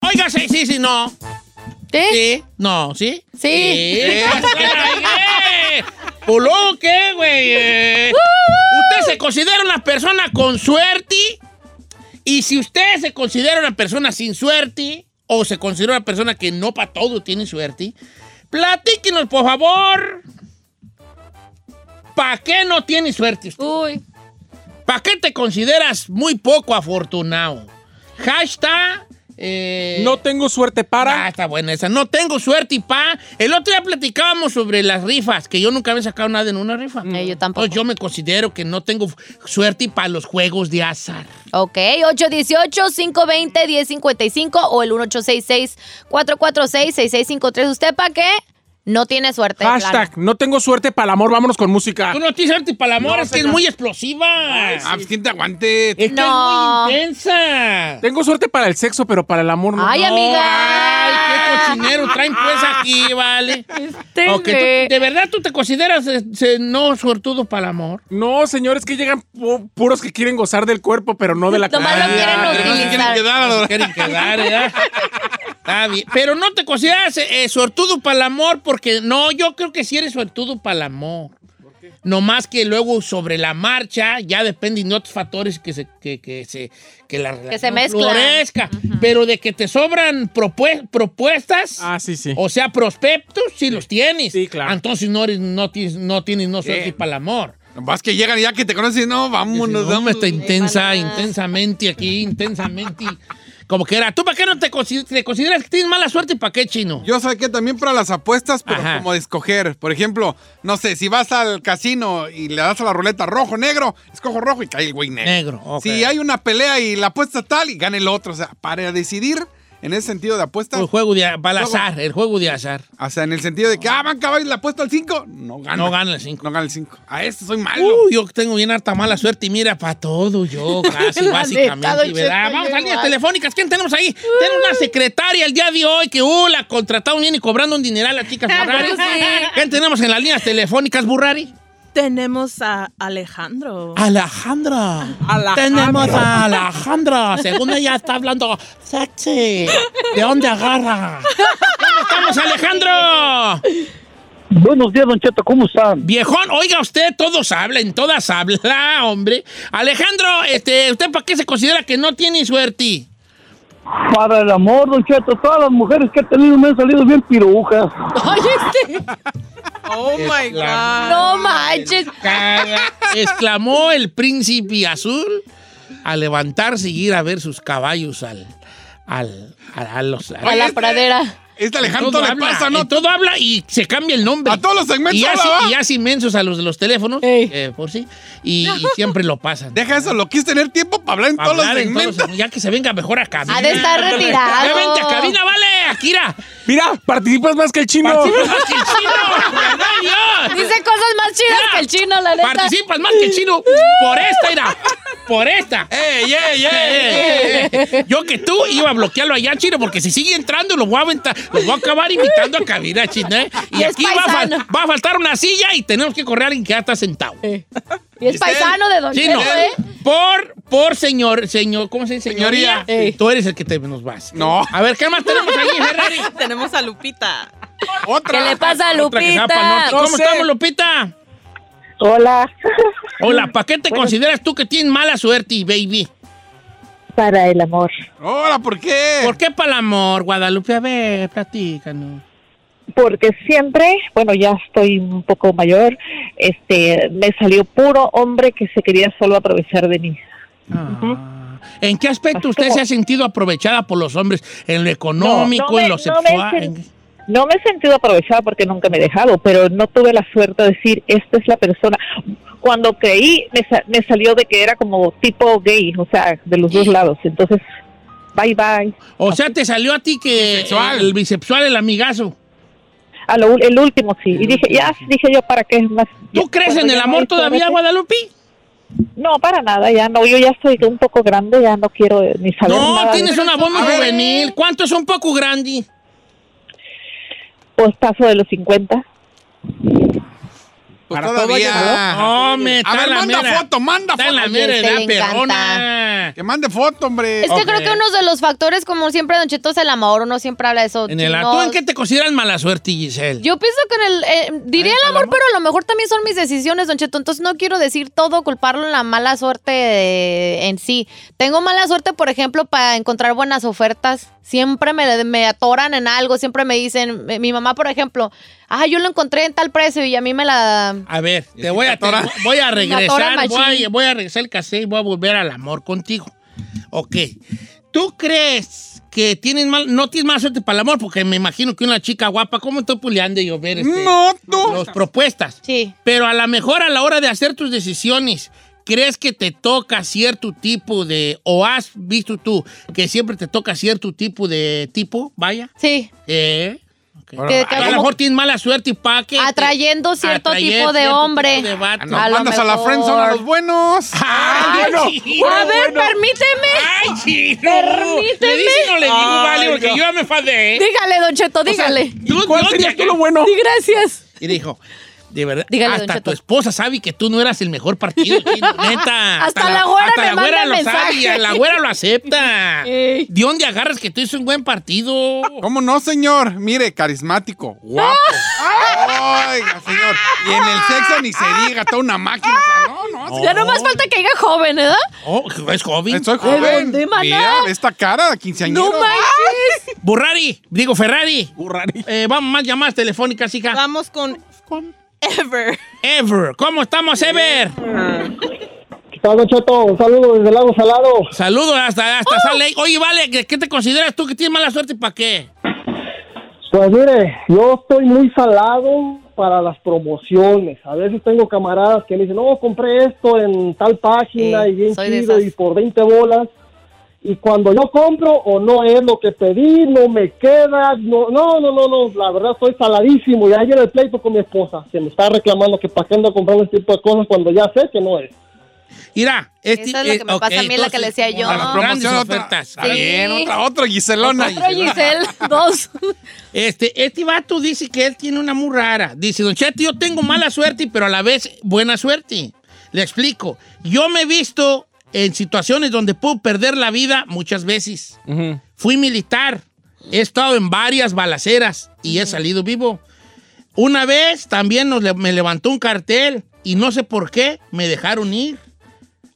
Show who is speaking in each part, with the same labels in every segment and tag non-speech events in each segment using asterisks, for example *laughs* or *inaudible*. Speaker 1: oiga, sí, sí, sí, no.
Speaker 2: ¿Eh?
Speaker 1: Sí, no, ¿sí?
Speaker 2: Sí. *laughs*
Speaker 1: Eso era, eh. Pulón, ¿qué, güey?
Speaker 2: Uh,
Speaker 1: Eh. Usted se considera una persona con suerte y si usted se considera una persona sin suerte o se considera una persona que no para todo tiene suerte, platíquenos, por favor. ¿Para qué no tiene suerte usted?
Speaker 2: Uy.
Speaker 1: ¿Para qué te consideras muy poco afortunado? Hashtag... eh,
Speaker 3: No tengo suerte
Speaker 1: Ah,
Speaker 3: para.
Speaker 1: está buena esa. No tengo suerte y pa. El otro día platicábamos sobre las rifas, que yo nunca había sacado nada en una rifa.
Speaker 2: Eh, yo tampoco.
Speaker 1: Entonces, yo me considero que no tengo suerte y para los juegos de azar.
Speaker 2: Ok, 818-520-1055 o el 1866-446-6653. ¿Usted para qué? No tiene suerte. claro.
Speaker 3: Hashtag, no tengo suerte para el amor, vámonos con
Speaker 2: Ah.
Speaker 3: música.
Speaker 1: Tú no tienes suerte para el amor,
Speaker 4: No,
Speaker 1: es que es
Speaker 4: señor.
Speaker 1: muy explosiva.
Speaker 4: Ah, pues, ¿quién te aguante?
Speaker 1: Es que
Speaker 2: No.
Speaker 1: es muy intensa.
Speaker 3: Tengo suerte para el sexo, pero para el amor no.
Speaker 2: Ay,
Speaker 1: No,
Speaker 2: amiga.
Speaker 1: Ay, qué cochinero traen pues aquí,
Speaker 2: *laughs*
Speaker 1: vale.
Speaker 2: Este
Speaker 1: Ok, tú-
Speaker 2: güey. *laughs*
Speaker 1: ¿De verdad tú te consideras eh, se- no suertudo para el amor?
Speaker 3: No, señores, que llegan pu- puros que quieren gozar del cuerpo, pero no
Speaker 1: *laughs*
Speaker 3: de la
Speaker 2: Nomás lo
Speaker 3: carne.
Speaker 2: quieren
Speaker 4: Ah, pero no se quieren
Speaker 2: utilizar.
Speaker 4: quedar a la-
Speaker 1: quieren quedar, ¿verdad? Está bien. Pero no te consideras eh, sortudo para el amor, porque no, yo creo que sí eres sortudo para el amor. No más que luego sobre la marcha ya dependen de otros factores que se que, que se que la relación
Speaker 2: se mezclan.
Speaker 1: florezca. pero de que te sobran propue- propuestas,
Speaker 3: Ah, sí, sí.
Speaker 1: o sea, prospectos sí, los tienes.
Speaker 3: Sí, claro. Eh,
Speaker 1: Entonces no eres no tienes no tienes no suerte
Speaker 4: Bien.
Speaker 1: para el amor.
Speaker 4: Más que llegan y ya que te conocen, no,
Speaker 1: Vámonos,
Speaker 4: vámonos, vamos.
Speaker 1: dame esta intensa,
Speaker 2: Épala.
Speaker 1: intensamente aquí, intensamente. Como que era. ¿Tú para qué no te, consi- te consideras que tienes mala suerte y para qué, chino?
Speaker 4: Yo saqué también para las apuestas, pero
Speaker 1: Ajá.
Speaker 4: como de escoger. Por ejemplo, no sé, si vas al casino y le das a la ruleta rojo, negro, escojo rojo y cae el güey negro.
Speaker 1: Negro, ok.
Speaker 4: Si hay una pelea y la apuesta tal y gana el otro. O sea, para decidir en ese sentido de apuestas.
Speaker 1: El juego de para el
Speaker 4: Luego-
Speaker 1: azar, el juego de azar. Ah,
Speaker 4: O sea, en el sentido de que, ah, van caballos, la apuesta al 5, no gana.
Speaker 1: No gana el cinco.
Speaker 4: No gana el 5. A eso soy malo.
Speaker 1: Uy, yo tengo bien harta mala suerte y mira para todo
Speaker 2: *laughs*
Speaker 1: yo, casi
Speaker 2: La neta,
Speaker 1: básicamente,
Speaker 2: don
Speaker 1: ¿verdad?
Speaker 2: Cheto,
Speaker 1: Vamos
Speaker 2: yo
Speaker 1: a líneas
Speaker 2: igual.
Speaker 1: telefónicas. ¿Quién tenemos ahí? Tenemos una secretaria el día de hoy que, uh, la contrataron bien y cobrando un dineral la
Speaker 2: *laughs*
Speaker 1: chica Ferrari.
Speaker 2: pues sí.
Speaker 1: ¿Quién tenemos en las líneas telefónicas, Burrari?
Speaker 5: Tenemos a Alejandro.
Speaker 1: Alejandra.
Speaker 3: Alejandra.
Speaker 1: Tenemos a Alejandra. Según ella está hablando sexy. ¿De dónde agarra? ¿Cómo estamos, Alejandro?
Speaker 6: Buenos días, Don Cheto, ¿cómo están?
Speaker 1: Viejón, oiga usted, todos hablan, todas hablan, hombre. Alejandro, este, ¿usted para qué se considera que no tiene suerte?
Speaker 6: Para el amor, Don Cheto, todas las mujeres que he tenido me han salido bien pirujas.
Speaker 2: Oye, este.
Speaker 5: Oh my God.
Speaker 2: No manches.
Speaker 1: Cara, exclamó el príncipe azul al levantarse y ir a ver sus caballos al. al. a, a los. a-
Speaker 2: A la
Speaker 4: este-
Speaker 2: pradera.
Speaker 4: Este Alejandro
Speaker 1: todo
Speaker 4: le
Speaker 1: habla,
Speaker 4: pasa, ¿no?
Speaker 1: en todo habla y se cambia el nombre.
Speaker 4: A todos los segmentos
Speaker 1: Y hace,
Speaker 4: habla, ¿va?
Speaker 1: y hace inmensos a los de los teléfonos,
Speaker 2: Ey.
Speaker 1: eh, por sí, y, y siempre lo pasan.
Speaker 4: Deja eso, lo quieres tener tiempo para hablar en
Speaker 1: Pa'
Speaker 4: todos los
Speaker 1: hablar en todos los
Speaker 4: segmentos.
Speaker 1: segmentos, ya que se venga mejor a cabina.
Speaker 2: Ha de estar retirado.
Speaker 1: Ya vente a cabina, vale, Akira.
Speaker 3: Mira, participas más que el chino. *laughs*
Speaker 1: Participas más que el chino. ¡verdad, Dios!
Speaker 2: Dice cosas más chidas que el chino, la neta.
Speaker 1: Participas más que el chino. Por esta, era. Por esta.
Speaker 4: *laughs* ¡Ey, ey,
Speaker 1: Eh, eh, eh. *laughs* Yo que tú iba a bloquearlo allá, chino, porque si sigue entrando, lo voy a aventar, lo voy a acabar invitando a cabina, chino. ¿eh? Y,
Speaker 2: Y es
Speaker 1: aquí va a, fal-
Speaker 2: paisano.
Speaker 1: va a faltar una silla y tenemos que correr a alguien que ya está sentado.
Speaker 2: Y es paisano de Don
Speaker 1: Chino,
Speaker 2: Cheto, ¿eh?
Speaker 1: por, por señor, señor, ¿cómo se dice? Señoría.
Speaker 4: Señoría.
Speaker 2: Ey.
Speaker 1: Tú eres el que te nos vas.
Speaker 4: No.
Speaker 1: A ver, ¿qué más tenemos ahí, Ferrari?
Speaker 5: Tenemos a Lupita.
Speaker 2: ¿Qué
Speaker 4: Otra.
Speaker 2: le pasa a
Speaker 1: Otra que se va
Speaker 2: Lupita?
Speaker 1: pa'l norte.
Speaker 3: No
Speaker 1: ¿Cómo
Speaker 3: sé.
Speaker 1: estamos, Lupita?
Speaker 7: Hola, *laughs*
Speaker 1: Hola, ¿para qué te consideras tú que tienes mala suerte, baby?
Speaker 7: para el amor.
Speaker 4: Hola, ¿por qué?
Speaker 1: ¿Por qué para el amor, Guadalupe? A ver, platícanos.
Speaker 7: Porque siempre, bueno, ya estoy un poco mayor, este, me salió puro hombre que se quería solo aprovechar de mí.
Speaker 1: Ah. ¿En qué aspecto usted se ha sentido aprovechada por los hombres? ¿En lo económico,
Speaker 7: No, no me-
Speaker 1: en lo
Speaker 7: no me
Speaker 1: sexual?
Speaker 7: sen-
Speaker 1: ¿En-
Speaker 7: No me he sentido aprovechada porque nunca me he dejado, pero no tuve la suerte de decir, esta es la persona. Cuando creí, me, sa- me salió de que era como tipo gay, o sea, de los dos lados. Entonces, bye bye.
Speaker 1: O sea, te salió a ti que
Speaker 4: Bisexual.
Speaker 1: el bisexual, el amigazo.
Speaker 7: A lo, ul- el último, sí. Y dije, ya, dije yo, ¿para qué más?
Speaker 1: ¿Tú
Speaker 7: Ya,
Speaker 1: crees
Speaker 7: cuando
Speaker 1: en el
Speaker 7: ya no
Speaker 1: amor
Speaker 7: hay
Speaker 1: todavía,
Speaker 7: suerte-
Speaker 1: Guadalupe?
Speaker 7: No, para nada, ya no. Yo ya estoy un poco grande, ya no quiero ni saber nada.
Speaker 1: No,
Speaker 7: de
Speaker 1: tienes
Speaker 7: eso.
Speaker 1: una voz muy
Speaker 4: A ver.
Speaker 1: juvenil. ¿Cuánto es un poco grande?
Speaker 7: Pues paso de los 50.
Speaker 4: Pues
Speaker 3: Para todo
Speaker 4: todavía.
Speaker 1: Hombre, está
Speaker 4: a ver,
Speaker 1: la
Speaker 4: manda
Speaker 1: mera.
Speaker 4: foto, manda
Speaker 1: Está en
Speaker 4: foto.
Speaker 1: la
Speaker 2: Oye,
Speaker 1: mera
Speaker 2: este
Speaker 1: edad
Speaker 2: le
Speaker 1: perrona.
Speaker 4: Que mande foto, hombre.
Speaker 2: Es que
Speaker 1: Ok.
Speaker 2: creo que uno de los factores, como siempre, Don Cheto es el amor. Uno siempre habla de eso.
Speaker 1: En el,
Speaker 2: chinos.
Speaker 1: ¿Tú en qué te consideras mala suerte, Giselle?
Speaker 2: Yo pienso que en el. eh, diría
Speaker 1: Ahí está
Speaker 2: el
Speaker 1: el
Speaker 2: amor,
Speaker 1: amor.
Speaker 2: pero a lo mejor también son mis decisiones, Don Cheto. Entonces no quiero decir todo, culparlo en la mala suerte de- en sí. Tengo mala suerte, por ejemplo, para encontrar buenas ofertas. Siempre me, me atoran en algo, siempre me dicen. mi- Mi mamá, por ejemplo, ah, yo lo encontré en tal precio y a mí me la.
Speaker 1: A ver, te voy a, te- voy
Speaker 2: *laughs*
Speaker 1: a
Speaker 2: Atora
Speaker 1: regresar,
Speaker 2: machín.
Speaker 1: voy a, voy a regresar el casé y voy a volver al amor contigo. Ok. ¿Tú crees que tienes mal, no tienes más suerte para el amor? Porque me imagino que una chica guapa, ¿cómo estoy puleando y yo ver este,
Speaker 4: No, tú.
Speaker 1: las propuestas?
Speaker 2: Sí.
Speaker 1: Pero a lo mejor a la hora de hacer tus decisiones, ¿crees que te toca cierto tipo de, o has visto tú que siempre te toca cierto tipo de tipo? Vaya.
Speaker 2: Sí.
Speaker 1: Eh, ok.
Speaker 2: Que- que
Speaker 1: a lo
Speaker 2: como-
Speaker 1: mejor tienes mala suerte y pa' que... te-
Speaker 2: Atrayendo cierto
Speaker 1: atraer
Speaker 2: tipo de hombre.
Speaker 1: de vato.
Speaker 3: Ah,
Speaker 4: Nos
Speaker 2: A lo
Speaker 4: mandas a la
Speaker 2: mejor.
Speaker 4: friendzone a los
Speaker 2: *laughs*
Speaker 4: buenos.
Speaker 1: ¡Ay, chino!
Speaker 2: A ver, permíteme.
Speaker 4: Ah.
Speaker 1: ¡Ay, chino!
Speaker 2: Permíteme.
Speaker 1: Le dice, no le digo,
Speaker 3: Ay,
Speaker 1: vale, porque
Speaker 3: no.
Speaker 1: yo ya me enfadé.
Speaker 2: Dígale, Don Cheto, dígale.
Speaker 1: Tú-
Speaker 3: ¿Y ¿Cuál
Speaker 1: yo
Speaker 3: sería
Speaker 1: te-
Speaker 3: tú lo bueno?
Speaker 2: Sí, gracias.
Speaker 1: Y dijo, de verdad,
Speaker 2: Dígale, don
Speaker 1: hasta
Speaker 2: Cheto.
Speaker 1: tu esposa sabe que tú no eras el mejor partido,
Speaker 2: *laughs*
Speaker 1: chino, neta.
Speaker 2: Hasta la güera me manda
Speaker 1: lo sabe,
Speaker 2: mensaje.
Speaker 1: la güera lo acepta.
Speaker 2: *laughs* Ey.
Speaker 1: ¿De dónde agarras que tú hiciste un buen partido?
Speaker 4: ¿Cómo no, señor? Mire, carismático,
Speaker 2: *laughs*
Speaker 4: guapo. Oiga, señor. Y en el sexo ni se diga, toda una máquina. O sea, no, Ah. no.
Speaker 2: Ya no más falta que diga joven, ¿eh? ¿verdad?
Speaker 1: Oh, es joven.
Speaker 4: Soy joven.
Speaker 2: dónde, maná?
Speaker 4: Mira, esta cara, quinceañero.
Speaker 2: No manches.
Speaker 1: Burrari, digo Ferrari.
Speaker 3: Burrari.
Speaker 1: Eh, vamos, más llamadas telefónicas, hija.
Speaker 5: Vamos con Ever.
Speaker 1: Ever, ¿cómo estamos, Ever?
Speaker 6: ¿Qué tal, Don Cheto? Un saludo desde Lago Salado.
Speaker 1: Saludos hasta, hasta
Speaker 2: ¡Oh!
Speaker 1: Salt Lake. Oye, vale, ¿qué qué te consideras tú que tienes mala suerte y para qué?
Speaker 6: Pues mire, yo estoy muy salado para las promociones. A veces tengo camaradas que me dicen, no, compré esto en tal página
Speaker 2: Eh,
Speaker 6: y bien
Speaker 2: soy de
Speaker 6: chido
Speaker 2: esas.
Speaker 6: y por 20 bolas. Y cuando yo compro o no es lo que pedí, no me queda, no, no, no, no, no, la verdad estoy saladísimo. Y ayer el pleito con mi esposa se me está reclamando que para qué ando comprando este tipo de cosas cuando ya sé que no es.
Speaker 1: Mira, este,
Speaker 2: Esa es la que me pasa a mí, la que le decía yo. Ah.
Speaker 1: A las grandes
Speaker 4: Promoción otra.
Speaker 1: ofertas.
Speaker 4: Está
Speaker 1: A ver,
Speaker 4: bien, otra, otra Giselona.
Speaker 2: Otro Giselle, dos.
Speaker 1: Este, este vato dice que él tiene una muy rara. Dice, Don Cheto, yo tengo mala suerte, pero a la vez buena suerte. Le explico. Yo me he visto en situaciones donde puedo perder la vida muchas veces. Fui militar. He estado en varias balaceras y he salido vivo. Una vez también nos le- me levantó un cartel y no sé por qué me dejaron ir.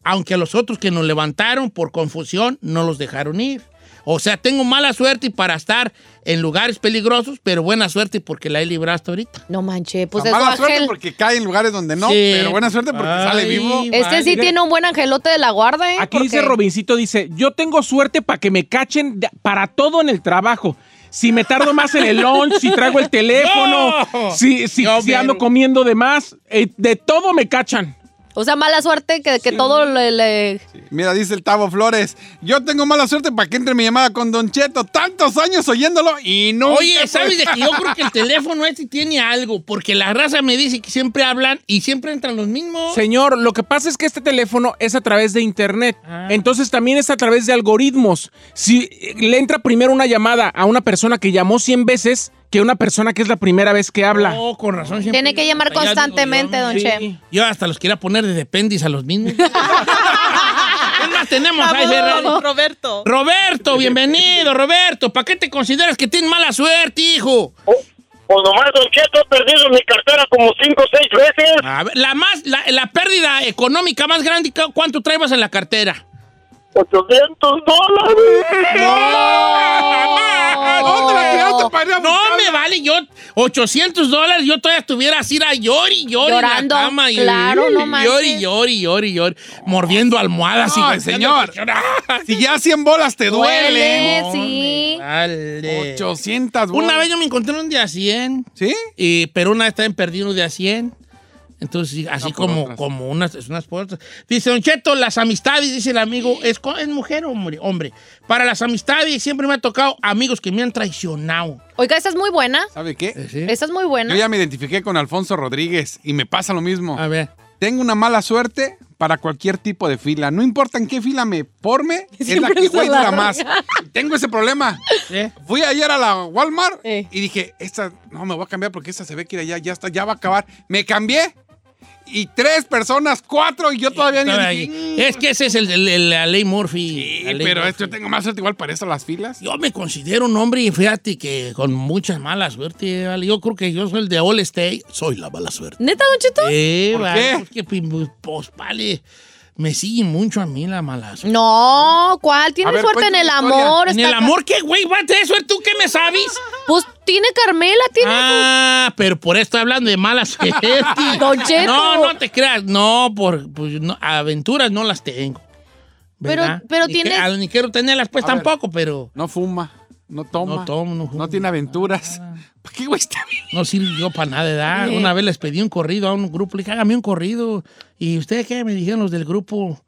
Speaker 1: Aunque a los otros que nos levantaron por confusión no los dejaron ir. O sea, tengo mala suerte para estar en lugares peligrosos, pero buena suerte porque la he librado hasta ahorita.
Speaker 2: No manches, pues
Speaker 4: La
Speaker 2: es
Speaker 4: mala suerte
Speaker 2: ángel.
Speaker 4: porque cae en lugares donde no,
Speaker 1: Sí.
Speaker 4: pero buena suerte porque
Speaker 1: Ay,
Speaker 4: sale vivo.
Speaker 2: Este sí
Speaker 1: vale.
Speaker 2: tiene un buen angelote de la guarda, ¿eh?
Speaker 3: Aquí dice
Speaker 2: Porque-
Speaker 3: Robincito, dice, yo tengo suerte para que me cachen de- para todo en el trabajo. Si me tardo más en el lunch, si
Speaker 1: *laughs*
Speaker 3: traigo el teléfono,
Speaker 1: ¡No!
Speaker 3: si, si,
Speaker 1: Yo
Speaker 3: si ando
Speaker 1: bien.
Speaker 3: comiendo de más, eh, de todo me cachan.
Speaker 2: O sea, mala suerte que, que todo le. le-
Speaker 4: Mira, dice el Tavo Flores, yo tengo mala suerte para que entre mi llamada con Don Cheto, tantos años oyéndolo y no...
Speaker 1: Oye, ¿sabes de que yo
Speaker 4: *laughs*
Speaker 1: creo que el teléfono este tiene algo? Porque la raza me dice que siempre hablan y siempre entran los mismos.
Speaker 3: Señor, lo que pasa es que este teléfono es a través de internet.
Speaker 4: Ah.
Speaker 3: Entonces también es a través de algoritmos. Si eh, le entra primero una llamada a una persona que llamó 100 veces que una persona que es la primera vez que habla.
Speaker 4: Oh.
Speaker 1: No, Oh, con razón. siempre
Speaker 2: Tiene que llamar
Speaker 1: digo, ya digo,
Speaker 2: constantemente,
Speaker 1: yo,
Speaker 2: don
Speaker 1: sí.
Speaker 2: Che.
Speaker 1: Yo hasta los quería poner de dependis a los
Speaker 2: *laughs*
Speaker 1: mismos. ¿Qué más tenemos ahí, Ferrari?
Speaker 5: Vamos, Roberto.
Speaker 1: Roberto,
Speaker 4: *laughs*
Speaker 1: bienvenido, Roberto. ¿Para qué te consideras que tienes mala suerte, hijo?
Speaker 6: Pues nomás, Don Cheto, he perdido mi cartera como cinco o seis veces.
Speaker 1: A ver, la más, la, la pérdida económica más grande, ¿cu- ¿cuánto traebas en la cartera?
Speaker 6: 800 dólares.
Speaker 2: Oh.
Speaker 4: *laughs* ¿Dónde la tiraste para ir a
Speaker 1: No
Speaker 4: buscarla?
Speaker 1: me vale, yo 800 dólares, yo todavía estuviera así, a llori, llori,
Speaker 2: Llorando,
Speaker 1: en la cama, y-
Speaker 2: claro, no manches.
Speaker 1: Llori, llori, llori, llori, mordiendo almohadas y
Speaker 4: Ay,
Speaker 1: golpeando-
Speaker 4: Si ya 100 bolas te
Speaker 2: Duele,
Speaker 4: duelen.
Speaker 2: sí.
Speaker 1: Vale.
Speaker 4: 800 bolas.
Speaker 1: Una vez yo me encontré un día 100.
Speaker 4: ¿Sí?
Speaker 1: Y, pero una vez también perdí uno de a 100. Entonces, sí, así
Speaker 4: Una por
Speaker 1: como,
Speaker 4: otras.
Speaker 1: como unas, unas por otras. Dice Don Cheto, las amistades, dice el amigo, ¿es, co- es mujer o hombre? hombre? Para las amistades siempre me ha tocado amigos que me han traicionado.
Speaker 2: Oiga, esa es muy buena.
Speaker 4: ¿Sabe qué?
Speaker 1: ¿Sí?
Speaker 2: Esa es muy buena.
Speaker 4: Yo ya me identifiqué con Alfonso Rodríguez y me pasa lo mismo.
Speaker 1: A ver.
Speaker 4: Tengo una mala suerte para cualquier tipo de fila. No importa en qué fila me forme,
Speaker 2: *laughs*
Speaker 4: es la
Speaker 2: Siempre
Speaker 4: que
Speaker 2: es a
Speaker 4: güey
Speaker 2: la
Speaker 4: dura
Speaker 2: larga.
Speaker 4: más. Tengo ese problema.
Speaker 1: ¿sí?
Speaker 4: Fui ayer a la Walmart
Speaker 2: Eh.
Speaker 4: y dije, esta, no, me voy a cambiar porque esta se ve que ya, ya está, ya va a acabar. Me cambié y tres personas, cuatro, y yo todavía ni
Speaker 1: Estaba
Speaker 4: dije,
Speaker 1: ahí. "Mm, Es que ese es el, el- el- la ley Murphy.
Speaker 4: "Mm".
Speaker 1: la ley
Speaker 4: pero
Speaker 1: Murphy.
Speaker 4: es que yo tengo más suerte igual para eso las filas.
Speaker 1: Yo me considero un hombre, y fíjate que con mucha mala suerte, vale. Yo creo que yo soy el de All State. Soy la mala suerte.
Speaker 2: ¿Neta, Don Cheto?
Speaker 1: Eh,
Speaker 4: ¿Por
Speaker 1: vale,
Speaker 4: qué?
Speaker 1: pues que, pues, pues, vale, me sigue mucho a mí la mala suerte.
Speaker 2: No, ¿cuál? Tiene
Speaker 4: A ver,
Speaker 2: suerte en
Speaker 4: cuéntame
Speaker 2: el
Speaker 4: tu historia.
Speaker 2: amor.
Speaker 1: ¿En
Speaker 2: está
Speaker 1: el
Speaker 2: ca-
Speaker 1: amor qué, güey? ¿Va a tener suerte? ¿Tú qué me
Speaker 2: *laughs*
Speaker 1: sabes?
Speaker 2: Pues tiene Carmela, tiene.
Speaker 1: Ah, pero por eso estoy hablando de mala
Speaker 2: *laughs*
Speaker 1: suerte.
Speaker 2: Don Cheto.
Speaker 1: No, no te creas. No, por pues, no, aventuras no las tengo.
Speaker 2: Pero-
Speaker 1: ¿verdad?
Speaker 2: pero
Speaker 1: Ni que-
Speaker 2: tienes-
Speaker 1: ah, ni quiero tenerlas pues
Speaker 4: A ver.
Speaker 1: tampoco, pero...
Speaker 4: No fuma, no toma,
Speaker 1: No Ah.
Speaker 4: no,
Speaker 1: tomo, no fumo.
Speaker 4: tiene aventuras. ¿Para qué güey está bien?
Speaker 1: No sirvió para nada, ¿verdad? Una vez les pedí un corrido a un grupo, le dije, hágame un corrido. ¿Y ustedes qué? Me dijeron los del grupo.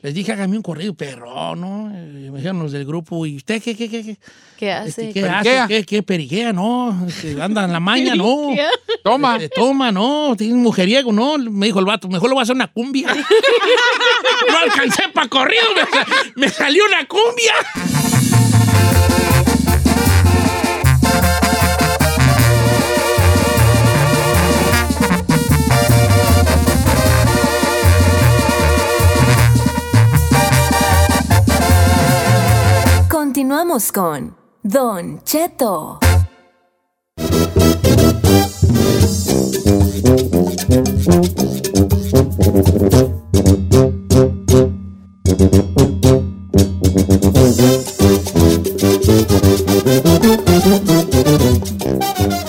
Speaker 1: Les dije, hágame un corrido, perro, ¿no? Eh, Me dijeron los del grupo. ¿Y usted qué, qué, qué? qué?
Speaker 2: ¿Qué
Speaker 1: Este,
Speaker 2: hace?
Speaker 1: ¿Qué
Speaker 4: Periquea.
Speaker 1: hace? ¿Qué, qué periquea? No, este, anda en la maña, no. *laughs*
Speaker 4: Toma.
Speaker 1: Este, toma, no, tiene un mujeriego, no. Me dijo el vato, mejor lo voy a hacer una
Speaker 2: *laughs*
Speaker 1: cumbia. no alcancé para corrido, me, sa- me salió una cumbia.
Speaker 8: Continuamos con Don Cheto.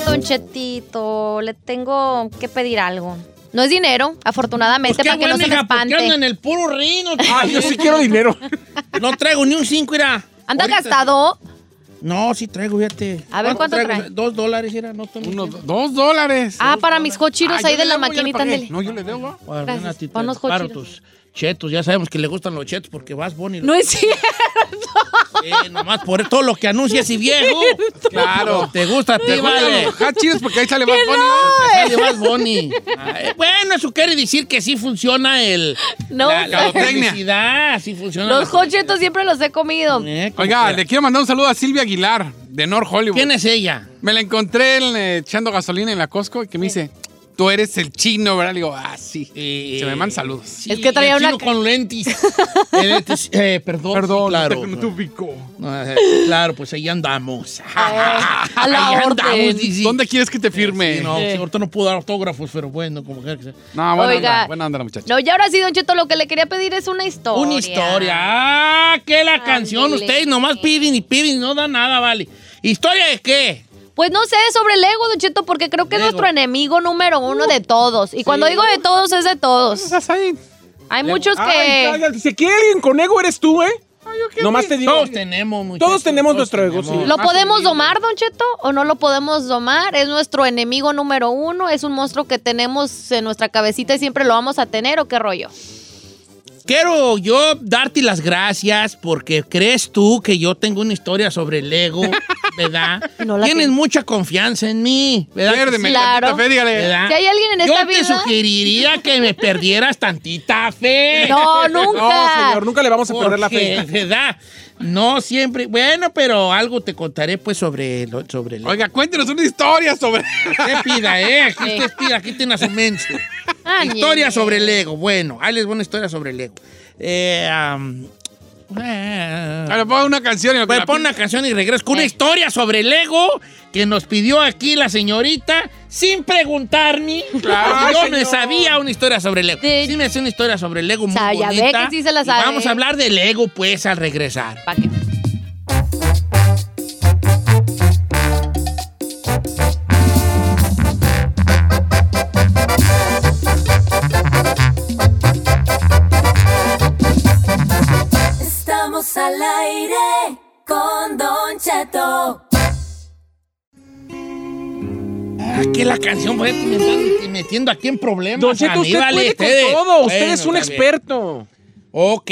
Speaker 2: Don Chetito, le tengo que pedir algo. No es dinero, afortunadamente,
Speaker 1: Pues qué
Speaker 2: para que
Speaker 1: bueno,
Speaker 2: no se me
Speaker 1: hija, porque ando
Speaker 2: espante.
Speaker 1: en el puro rino.
Speaker 3: Ah, yo sí quiero dinero.
Speaker 1: No traigo ni un cinco, era.
Speaker 2: Anda gastado.
Speaker 1: No, sí traigo, fíjate.
Speaker 2: A ver, ¿cuánto
Speaker 1: traigo?
Speaker 2: trae?
Speaker 1: Dos dólares, era, no tengo.
Speaker 4: Uno, do- dos dólares.
Speaker 2: Ah, para mis cochiros
Speaker 4: Ah,
Speaker 2: ahí
Speaker 4: yo
Speaker 2: de
Speaker 4: le
Speaker 2: la
Speaker 4: debo, ya le
Speaker 2: maquinita.
Speaker 4: pagué.
Speaker 2: ándele.
Speaker 4: No, yo le debo. ah.
Speaker 1: Bueno,
Speaker 2: Gracias.
Speaker 1: Renati, te
Speaker 2: Pon los
Speaker 1: preparo
Speaker 2: cochinos.
Speaker 1: tus chetos. Ya sabemos que le gustan los chetos porque vas Bonnie.
Speaker 2: No es cierto.
Speaker 1: Eh, nomás por todo lo que anuncias y viejo.
Speaker 4: Claro.
Speaker 1: Te gusta a ti,
Speaker 4: Te gustan
Speaker 1: vale.
Speaker 4: los hot Cheetos porque ahí sale más
Speaker 1: Sale Bad Bunny. Ay, bueno, eso quiere decir que sí funciona el.
Speaker 2: No,
Speaker 1: la, la
Speaker 4: Mercadotecnia.
Speaker 1: publicidad, sí funciona. la-
Speaker 2: Los hot Chetos siempre los he comido.
Speaker 1: Eh, como
Speaker 4: Oiga,
Speaker 1: quiera.
Speaker 4: le quiero mandar un saludo a Silvia Aguilar, de North Hollywood.
Speaker 1: ¿quién es ella?
Speaker 4: Me la encontré en, eh, echando gasolina en la Costco y que me dice, tú eres el chino, ¿verdad? Le digo, ah, sí.
Speaker 1: Eh,
Speaker 4: Se me mandan saludos.
Speaker 1: sí,
Speaker 2: Es que traía
Speaker 1: el chino
Speaker 2: una-
Speaker 1: con
Speaker 2: *laughs*
Speaker 1: lentes. El lentes, eh, perdón.
Speaker 4: Perdón,
Speaker 1: claro.
Speaker 4: no te ubicó.
Speaker 1: No, eh, claro, pues ahí andamos.
Speaker 2: a
Speaker 4: *laughs*
Speaker 2: la
Speaker 1: ahí
Speaker 2: orden.
Speaker 1: dice.
Speaker 4: ¿Dónde quieres que te firme?
Speaker 1: Sí, no, sí, ahorita no puedo dar autógrafos, pero bueno, como quiera que sea.
Speaker 4: No, buena
Speaker 2: Oiga.
Speaker 4: onda, buena onda la muchacha.
Speaker 2: No, y ahora sí, Don Cheto, lo que le quería pedir es una historia.
Speaker 1: Una historia. Ah, que la canción.
Speaker 2: Ándele.
Speaker 1: Ustedes nomás piden y piden y no dan nada, vale. ¿Historia de qué?
Speaker 2: Pues no sé, sobre el ego, Don Cheto, porque creo que es
Speaker 1: Lego.
Speaker 2: nuestro enemigo número uno de todos. Y cuando digo de todos, es de todos.
Speaker 4: estás ahí?
Speaker 2: Hay muchos
Speaker 3: Ay,
Speaker 2: que...
Speaker 3: cállate. Si aquí hay alguien con ego eres tú, ¿eh? Nomás te digo.
Speaker 1: Todos tenemos, muchachos,
Speaker 3: Todos tenemos nuestro ego,
Speaker 1: tenemos.
Speaker 3: sí.
Speaker 2: ¿Lo
Speaker 4: más
Speaker 2: podemos
Speaker 4: humilde.
Speaker 2: domar, Don Cheto? ¿O no lo podemos domar? Es nuestro enemigo número uno, es un monstruo que tenemos en nuestra cabecita y siempre lo vamos a tener, ¿o qué rollo?
Speaker 1: Quiero yo darte las gracias porque crees tú que yo tengo una historia sobre el
Speaker 2: *laughs*
Speaker 1: ego, ¿verdad?
Speaker 2: No la
Speaker 1: Tienes
Speaker 2: tengo.
Speaker 1: mucha confianza en mí, ¿verdad?
Speaker 4: Piérdeme,
Speaker 2: Claro.
Speaker 4: tantita fe, dígale.
Speaker 1: ¿Verdad?
Speaker 2: Si hay alguien en esta
Speaker 1: yo te
Speaker 2: vida-
Speaker 1: sugeriría que me perdieras tantita fe.
Speaker 2: *laughs* No,
Speaker 3: No,
Speaker 2: nunca.
Speaker 3: señor, nunca le vamos a perder la
Speaker 1: Porque,
Speaker 3: fe.
Speaker 1: ¿verdad? No siempre. Bueno, pero algo te contaré pues sobre, lo- sobre el ego.
Speaker 4: Oiga, cuéntenos una historia sobre...
Speaker 1: ¿Qué pida, eh? Aquí
Speaker 2: Sí.
Speaker 1: usted pida, aquí tiene a su mente.
Speaker 2: Ah,
Speaker 1: historia
Speaker 2: ñe.
Speaker 1: sobre el ego. Bueno, ahí les voy una historia sobre el ego. Eh, am,
Speaker 3: Ah,
Speaker 1: eh,
Speaker 4: A ver, pon una canción y lo que
Speaker 1: pues
Speaker 4: la
Speaker 1: pon una canción y regreso
Speaker 3: Eh.
Speaker 1: con una historia sobre el ego que nos pidió aquí la señorita sin preguntarme.
Speaker 4: Claro,
Speaker 1: *laughs* Porque yo
Speaker 4: señor.
Speaker 1: me sabía una historia sobre el ego.
Speaker 2: De-
Speaker 1: Sí me hacía una historia sobre el ego muy
Speaker 2: Sa- ya ve
Speaker 1: bonita.
Speaker 2: que sí se la
Speaker 1: Y
Speaker 2: sabe.
Speaker 1: vamos a hablar del ego pues al regresar.
Speaker 2: ¿Pa' qué?
Speaker 8: Estamos al aire con Don Cheto.
Speaker 1: Ah, que la canción pues, me están metiendo aquí en problemas.
Speaker 3: Don Cheto,
Speaker 1: a mí,
Speaker 3: usted
Speaker 1: vale,
Speaker 3: puede con
Speaker 1: ustedes.
Speaker 3: todo. Usted
Speaker 1: Bueno,
Speaker 3: es un
Speaker 1: está bien.
Speaker 3: experto.
Speaker 1: Ok.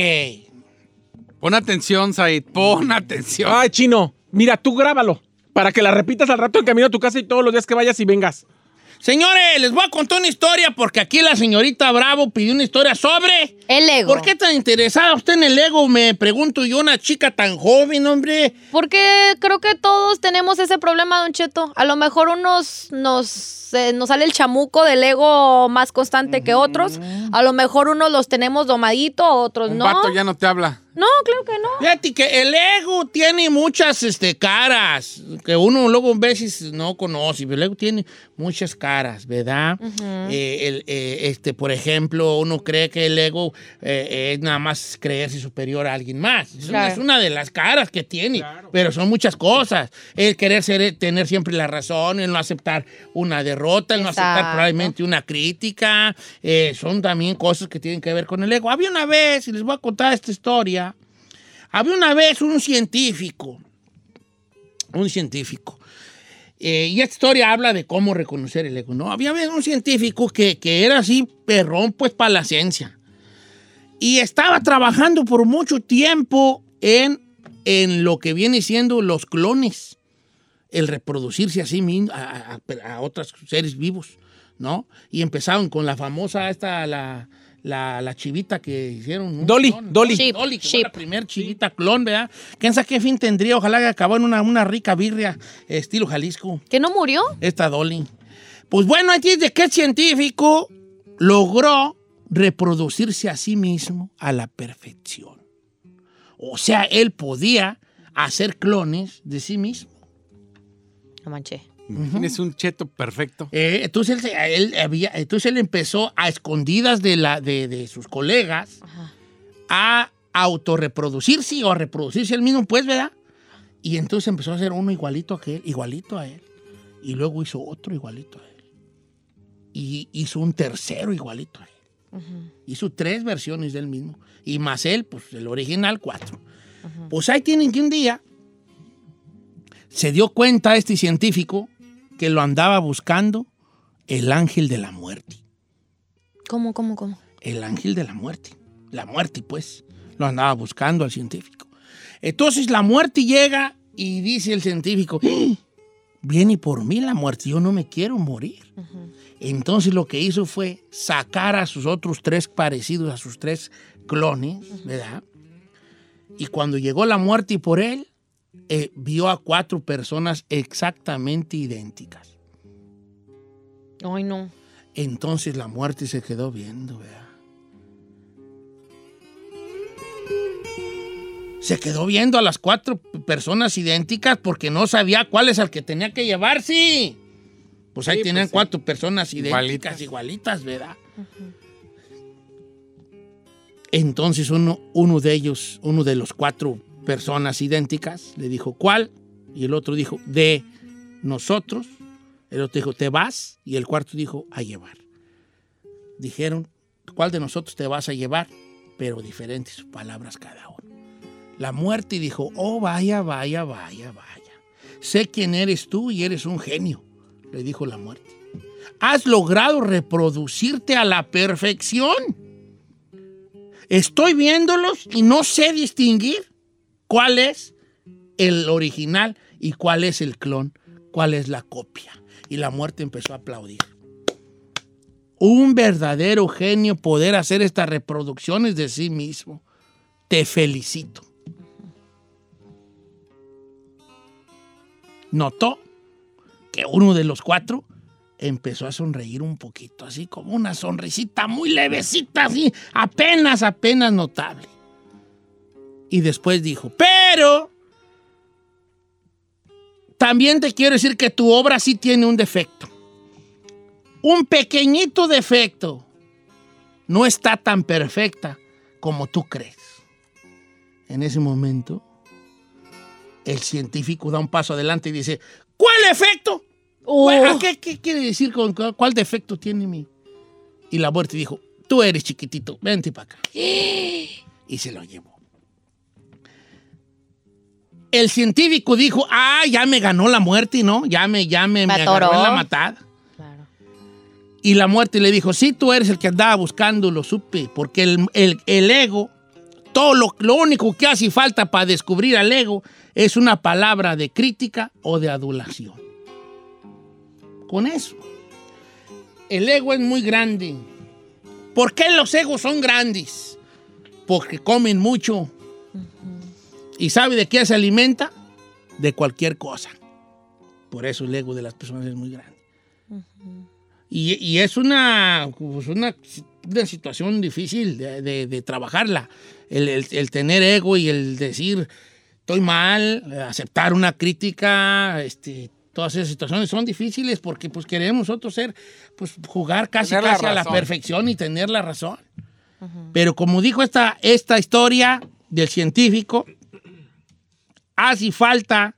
Speaker 4: Pon atención, Said, pon atención.
Speaker 3: Ay, chino. Mira, tú grábalo. Para que la repitas al rato en camino a tu casa y todos los días que vayas y vengas.
Speaker 1: Señores, les voy a contar una historia porque aquí la señorita Bravo pidió una historia sobre...
Speaker 2: El ego.
Speaker 1: ¿Por qué tan interesada usted en el ego? Me pregunto yo, una chica tan joven, hombre.
Speaker 2: Porque creo que todos tenemos ese problema, Don Cheto. A lo mejor unos nos, eh, nos sale el chamuco del ego más constante que otros. A lo mejor unos los tenemos domadito, otros
Speaker 4: Un
Speaker 2: no.
Speaker 4: vato ya no te habla.
Speaker 2: No, claro que no.
Speaker 1: Fíjate que el ego tiene muchas este, caras, que uno luego a veces no conoce, pero el ego tiene muchas caras, ¿verdad? Eh, el, eh, este, por ejemplo, uno cree que el ego eh, es nada más creerse superior a alguien más. Es, una,
Speaker 2: Claro.
Speaker 1: es una de las caras que tiene, pero son muchas cosas. El querer ser- tener siempre la razón, el no aceptar una derrota, el no aceptar
Speaker 2: Exacto.
Speaker 1: probablemente una crítica, eh, son también cosas que tienen que ver con el ego. Había una vez, y les voy a contar esta historia, había una vez un científico, un científico, eh, y esta historia habla de cómo reconocer el ego, ¿no? Había un científico que, que era así perrón pues para la ciencia y estaba trabajando por mucho tiempo en, en lo que viene siendo los clones, el reproducirse a sí mismo, a, a- a otros seres vivos, ¿no? Y empezaron con la famosa esta, la, la- la chivita que hicieron. un
Speaker 3: Dolly,
Speaker 1: clon.
Speaker 3: Dolly.
Speaker 2: Chip,
Speaker 1: Dolly, que fue
Speaker 2: chip.
Speaker 1: la primer chivita clon, ¿verdad? ¿Quién sabe qué fin tendría? Ojalá que acabó en una, una rica birria estilo Jalisco
Speaker 2: ¿Que no murió?
Speaker 1: esta Dolly. Pues bueno, aquí de qué científico logró reproducirse a sí mismo a la perfección. O sea, él podía hacer clones de sí mismo.
Speaker 2: No manché.
Speaker 4: Tienes un cheto perfecto.
Speaker 1: Eh, entonces, él, él había- entonces él empezó a escondidas de, la, de, de sus colegas a autorreproducirse o a reproducirse él mismo, pues, ¿verdad? Y entonces empezó a hacer uno igualito que él, igualito a él. Y luego hizo otro igualito a él. Y hizo un tercero igualito a él. Hizo tres versiones del mismo. Y más él, pues el original, cuatro. Pues ahí tienen que un día se dio cuenta este científico que lo andaba buscando el ángel de la muerte.
Speaker 2: ¿Cómo, cómo, cómo?
Speaker 1: El ángel de la muerte. La muerte, pues. Lo andaba buscando al científico. Entonces la muerte llega y dice el científico, "¡Ah! viene por mí la muerte, yo no me quiero morir. Entonces lo que hizo fue sacar a sus otros tres parecidos, a sus tres clones, ¿verdad? Y cuando llegó la muerte por él, eh, vio a cuatro personas exactamente idénticas.
Speaker 2: Ay, no.
Speaker 1: Entonces la muerte se quedó viendo, vea. Se quedó viendo a las cuatro p- personas idénticas porque no sabía cuál es el que tenía que llevar, sí. Pues ahí
Speaker 4: Sí,
Speaker 1: tenían
Speaker 4: pues sí.
Speaker 1: cuatro personas idénticas,
Speaker 4: Igualitas.
Speaker 1: igualitas, ¿verdad? Entonces uno, uno de ellos, uno de los cuatro personas idénticas, le dijo, ¿cuál? Y el otro dijo, de nosotros. El otro dijo, te vas. Y el cuarto dijo, a llevar. Dijeron, ¿cuál de nosotros te vas a llevar? Pero diferentes sus palabras cada uno. La muerte dijo, oh, vaya, vaya, vaya, vaya. Sé quién eres tú y eres un genio, le dijo la muerte. Has logrado reproducirte a la perfección. Estoy viéndolos y no sé distinguir cuál es el original y cuál es el clon, cuál es la copia. Y la muerte empezó a aplaudir. Un verdadero genio poder hacer estas reproducciones de sí mismo. Te felicito. Notó que uno de los cuatro empezó a sonreír un poquito, así como una sonrisita muy levecita, así apenas, apenas notable. Y después dijo, pero también te quiero decir que tu obra sí tiene un defecto. Un pequeñito defecto. No está tan perfecta como tú crees. En ese momento, el científico da un paso adelante y dice, ¿cuál efecto?
Speaker 2: Oh.
Speaker 1: ¿Cuál- a ¿Qué, qué quiere decir con cu- cuál defecto tiene mi? Y la muerte dijo, tú eres chiquitito, vente para acá. Y se lo llevó. El científico dijo, ah, ya me ganó la muerte, ¿no? Ya me, ya me,
Speaker 2: Me
Speaker 1: me agarró en
Speaker 2: atoró.
Speaker 1: la matada.
Speaker 2: Claro.
Speaker 1: Y la muerte le dijo, sí, tú eres el que andaba buscando, lo supe, porque el, el- el ego, todo lo, lo único que hace falta para descubrir al ego es una palabra de crítica o de adulación. Con eso. El ego es muy grande. ¿Por qué los egos son grandes? Porque comen mucho. ¿Y sabe de qué se alimenta? De cualquier cosa. Por eso el ego de las personas es muy grande. y, y es una, pues, una, una situación difícil de, de- de trabajarla. El, el- el tener ego y el decir estoy mal, eh, aceptar una crítica, este, todas esas situaciones son difíciles porque pues queremos nosotros ser, pues jugar casi,
Speaker 4: Tener la
Speaker 1: casi a la
Speaker 4: razón.
Speaker 1: perfección y tener la razón. Pero como dijo esta, esta historia del científico, hace falta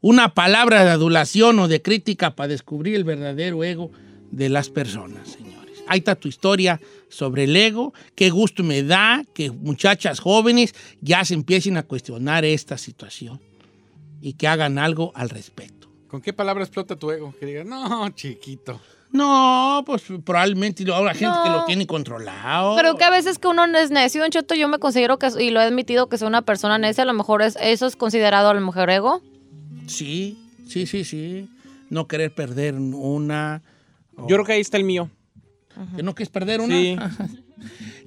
Speaker 1: una palabra de adulación o de crítica para descubrir el verdadero ego de las personas, señores. Ahí está tu historia sobre el ego. Qué gusto me da que muchachas jóvenes ya se empiecen a cuestionar esta situación y que hagan algo al respecto.
Speaker 4: ¿Con qué palabra explota tu ego? Que digas, no, chiquito.
Speaker 1: No, pues probablemente lo- habrá gente que
Speaker 2: No.
Speaker 1: lo tiene controlado.
Speaker 2: Pero que a veces que uno no es necio, Don Cheto, yo me considero que, y lo he admitido, que soy una persona necia, a lo mejor es, eso es considerado a lo mejor ego.
Speaker 1: Sí, sí, sí, sí. No querer perder una.
Speaker 3: Yo creo que ahí está el mío.
Speaker 1: ¿Que no quieres perder una?
Speaker 3: Sí.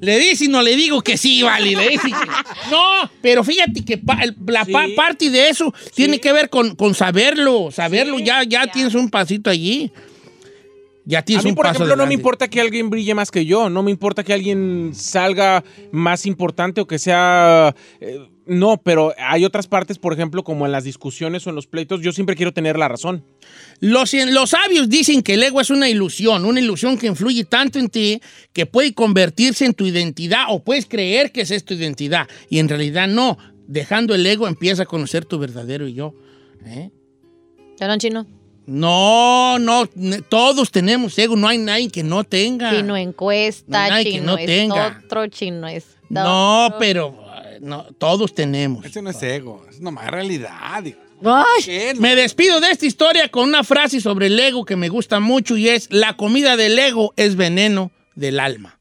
Speaker 1: Le dice y no le digo que sí, vale. Le dice
Speaker 3: *laughs*
Speaker 1: que- No, pero fíjate que pa- el- la pa-
Speaker 3: Sí.
Speaker 1: parte de eso tiene que ver con, con saberlo. Saberlo, ya, ya, tienes un pasito allí. Ya
Speaker 3: A
Speaker 1: tienes
Speaker 3: mí,
Speaker 1: un
Speaker 3: por
Speaker 1: paso
Speaker 3: ejemplo, no me
Speaker 1: adelante.
Speaker 3: importa que alguien brille más que yo, no me importa que alguien salga más importante o que sea... eh, no, pero hay otras partes, por ejemplo, como en las discusiones o en los pleitos, yo siempre quiero tener la razón.
Speaker 1: Los, cien- los sabios dicen que el ego es una ilusión, una ilusión que influye tanto en ti que puede convertirse en tu identidad o puedes creer que esa es tu identidad y en realidad no. Dejando el ego empieza a conocer tu verdadero yo. ¿eh?
Speaker 2: ¿Ya no, chino?
Speaker 1: No, no, ne- todos tenemos ego, no hay nadie que no tenga.
Speaker 2: Chino
Speaker 1: Ah. No hay
Speaker 2: encuesta,
Speaker 1: nadie que
Speaker 2: chino
Speaker 1: no
Speaker 2: es
Speaker 1: tenga.
Speaker 2: otro, chino es
Speaker 1: no, pero eh, no, todos tenemos.
Speaker 4: Ese Este no es ego, es nomás realidad. digo.
Speaker 2: Ay,
Speaker 4: ¿Qué?
Speaker 1: Me despido de esta historia con una frase sobre el ego que me gusta mucho y es, la comida del ego es veneno del alma.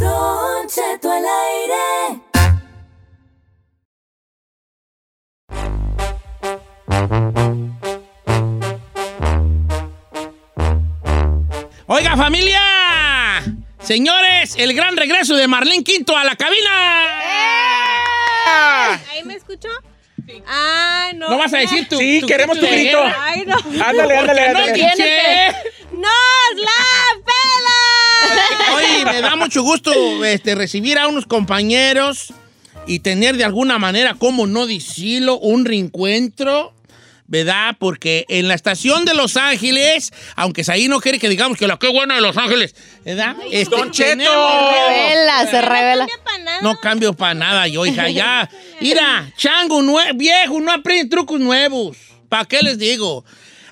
Speaker 8: Don Cheto al aire.
Speaker 1: Oiga, familia. Señores, el gran regreso de Marlene Quinto a la cabina.
Speaker 5: ¿Ahí me escuchó? Ah, no.
Speaker 1: No vas a decir tú.
Speaker 3: Sí, queremos tu grito.
Speaker 5: Ay, no.
Speaker 3: Ándale, ándale,
Speaker 1: No,
Speaker 3: ándale.
Speaker 1: Guiche.
Speaker 5: ¡Nos la pela!
Speaker 1: Oye, me da mucho gusto este, recibir a unos compañeros y tener de alguna manera, como no decirlo, un reencuentro, ¿verdad? Porque en la estación de Los Ángeles, aunque ahí no quiere que digamos que la qué buena de Los Ángeles, ¿verdad? Este,
Speaker 3: Don Cheto.
Speaker 1: tenemos-
Speaker 2: revela, se revela.
Speaker 5: No para nada.
Speaker 1: No cambio para nada, yo,
Speaker 4: *laughs*
Speaker 1: hija, ya. Mira, chango nue- viejo, no aprende trucos nuevos. ¿Para qué les digo?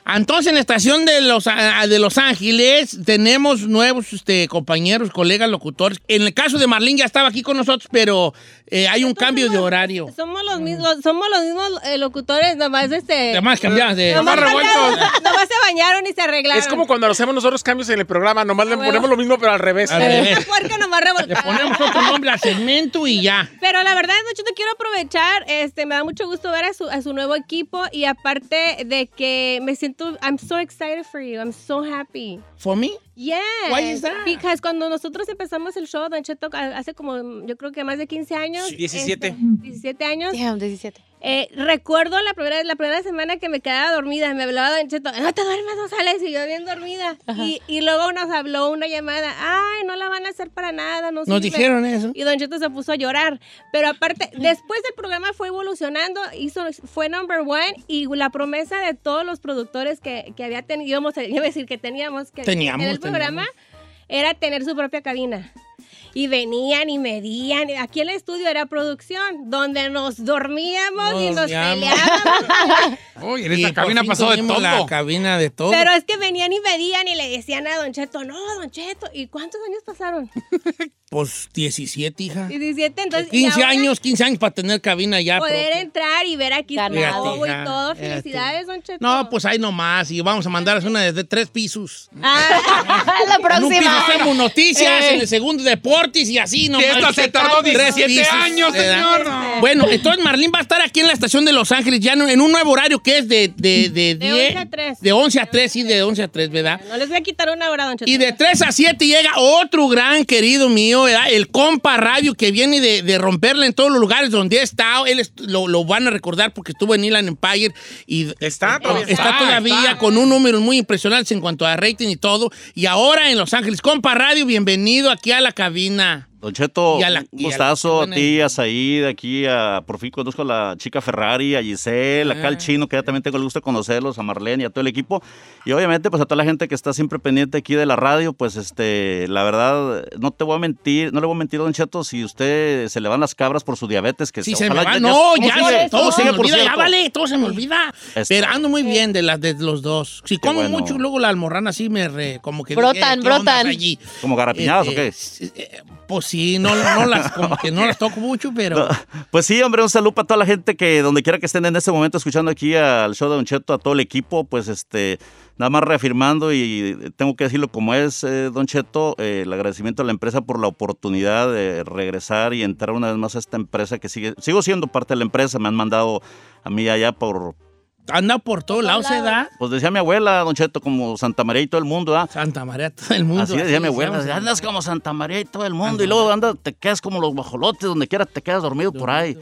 Speaker 1: Entonces, en la estación de Los, ah, de Los Ángeles tenemos nuevos este, compañeros, colegas, locutores. En el caso de Marlene ya estaba aquí con nosotros, pero eh, hay un cambio de horario.
Speaker 5: Somos los mismos, somos los mismos eh, locutores, nomás este.
Speaker 1: Además, cambiamos de...
Speaker 5: nomás,
Speaker 3: Nomás
Speaker 5: cambiaron-
Speaker 3: revueltos.
Speaker 5: *laughs* nomás se bañaron y se arreglaron.
Speaker 3: Es como cuando hacemos nosotros cambios en el programa, nomás le
Speaker 5: huevo.
Speaker 3: ponemos lo mismo, pero al revés.
Speaker 1: Al revés.
Speaker 5: *laughs* Esta puerca Eh,
Speaker 1: *laughs*
Speaker 5: nomás revolcada.
Speaker 1: Le ponemos otro nombre al segmento y ya.
Speaker 5: Pero la verdad, Don Cheto, quiero aprovechar, este, me da mucho gusto ver a su, a su nuevo equipo y aparte de que me siento, I'm so excited for you, I'm so happy.
Speaker 1: ¿For me?
Speaker 5: Yes.
Speaker 1: Why is that?
Speaker 5: Because cuando nosotros empezamos el show, Don Cheto, a- hace como, yo creo que más de 15 años.
Speaker 3: Sí, 17.
Speaker 5: este, 17 años.
Speaker 2: Damn, 17.
Speaker 5: Eh, recuerdo la primera, la primera semana que me quedaba dormida, me hablaba Don Cheto, no te duermas, no sales, y yo bien dormida. Y, y luego nos habló una llamada, ay, no la van a hacer para nada, no
Speaker 1: Nos
Speaker 5: sirve".
Speaker 1: dijeron eso.
Speaker 5: Y Don Cheto se puso a llorar. Pero aparte, después del programa fue evolucionando, hizo, fue number one y la promesa de todos los productores que, que había tenido, íbamos a- *laughs* iba a decir que teníamos que
Speaker 1: Teníamos,
Speaker 5: en el programa, era tener su propia cabina. Y venían y medían. Aquí en el estudio era producción, donde nos dormíamos y nos
Speaker 1: Dormíamos.
Speaker 5: peleábamos.
Speaker 4: Uy, en
Speaker 1: Y
Speaker 4: esta
Speaker 1: por
Speaker 4: cabina
Speaker 1: fin
Speaker 4: pasó de
Speaker 1: tuvimos
Speaker 4: todo.
Speaker 1: La cabina de *laughs* todo.
Speaker 5: Pero es que venían y medían y le decían a Don Cheto, no, Don Cheto. ¿Y cuántos años pasaron?
Speaker 1: Pues 17, hija.
Speaker 5: 17, entonces. y
Speaker 1: 15
Speaker 5: ahora-
Speaker 1: años, 15 años para tener cabina ya.
Speaker 5: poder
Speaker 1: propia.
Speaker 5: entrar y ver aquí su
Speaker 2: Ganado.
Speaker 5: logo y
Speaker 1: Fíjate,
Speaker 5: todo.
Speaker 1: fíjate.
Speaker 5: Felicidades, Don Cheto.
Speaker 1: No, pues ahí nomás. Y vamos a mandar una de- de tres pisos.
Speaker 5: Ah,
Speaker 2: la
Speaker 1: En un piso
Speaker 2: próxima.
Speaker 1: hacemos noticias,
Speaker 5: Eh.
Speaker 1: en el segundo deportes y así
Speaker 4: Y
Speaker 1: nomás.
Speaker 4: esto se tardó
Speaker 1: Tres
Speaker 4: 17
Speaker 1: pisos,
Speaker 4: años,
Speaker 1: ¿verdad?
Speaker 4: señor. no.
Speaker 1: Bueno, entonces Marlene va a estar aquí en la estación de Los Ángeles ya en un nuevo horario que es de, de, de,
Speaker 5: De 11
Speaker 1: diez-
Speaker 5: a 3.
Speaker 1: De 11 a 3, sí, de 11 a 3, ¿verdad?
Speaker 5: No les voy a quitar una hora, don Cheto.
Speaker 1: Y de 3 a 7 llega otro gran querido mío, ¿verdad? el compa Radio, que viene de, de romperle en todos los lugares donde ha estado. Él est- lo, lo van a recordar porque estuvo en Inland Empire y eh,
Speaker 9: Está todavía.
Speaker 1: está todavía con un número muy impresionante en cuanto a rating y todo. Y ahora en Los Ángeles, compa Radio, bienvenido aquí a la cabina.
Speaker 9: Don Cheto,
Speaker 1: Y a la-
Speaker 9: un
Speaker 1: y a la-
Speaker 9: gustazo a
Speaker 1: bueno.
Speaker 9: ti, a Said, aquí a, por fin conozco a la chica Ferrari, a Giselle, acá
Speaker 1: Ah.
Speaker 9: al chino, que ya también tengo el gusto de conocerlos, a Marlene y a todo el equipo. Y obviamente, pues a toda la gente que está siempre pendiente aquí de la radio, pues este, la verdad, no te voy a mentir, no le voy a mentir, Don Cheto, si usted se le van las cabras por su diabetes, que
Speaker 1: Si se me
Speaker 9: ojalá
Speaker 1: va, no,
Speaker 9: ¿cómo
Speaker 1: ya,
Speaker 9: sigue?
Speaker 1: se- todo
Speaker 9: ¿Cómo
Speaker 1: se me
Speaker 9: sigue, por
Speaker 1: olvida, ya
Speaker 9: cierto? Pues,
Speaker 1: vale, todo se me olvida.
Speaker 9: Está.
Speaker 1: Pero ando muy bien de las de los dos. Si como
Speaker 9: bueno.
Speaker 1: mucho, luego la almorrana así me re- como que
Speaker 2: Brotan,
Speaker 1: dije, ¿qué onda
Speaker 2: brotan.
Speaker 1: allí?
Speaker 9: ¿Como garrapiñadas
Speaker 1: Este,
Speaker 9: o qué?
Speaker 1: s- eh, Pues sí, no, no las, como que no las toco mucho,
Speaker 9: *laughs*
Speaker 1: pero.
Speaker 9: Pues sí, hombre, un saludo para toda la gente que donde quiera que estén en este momento escuchando aquí al show de Don Cheto, a todo el equipo, pues este, nada más reafirmando y tengo que decirlo como es, eh, Don Cheto, eh, el agradecimiento a la empresa por la oportunidad de regresar y entrar una vez más a esta empresa que sigue, sigo siendo parte de la empresa, me han mandado a mí allá por,
Speaker 1: Anda por todos lados, se da.
Speaker 9: pues decía mi abuela, Don Cheto, como Santa María y todo el mundo, ¿ah?
Speaker 1: Santa María, todo el mundo.
Speaker 9: Así decía mi abuela,
Speaker 1: decíamos,
Speaker 9: andas como Santa María y todo el mundo, y luego andas, te quedas como los bajolotes, donde quiera te quedas dormido por ahí.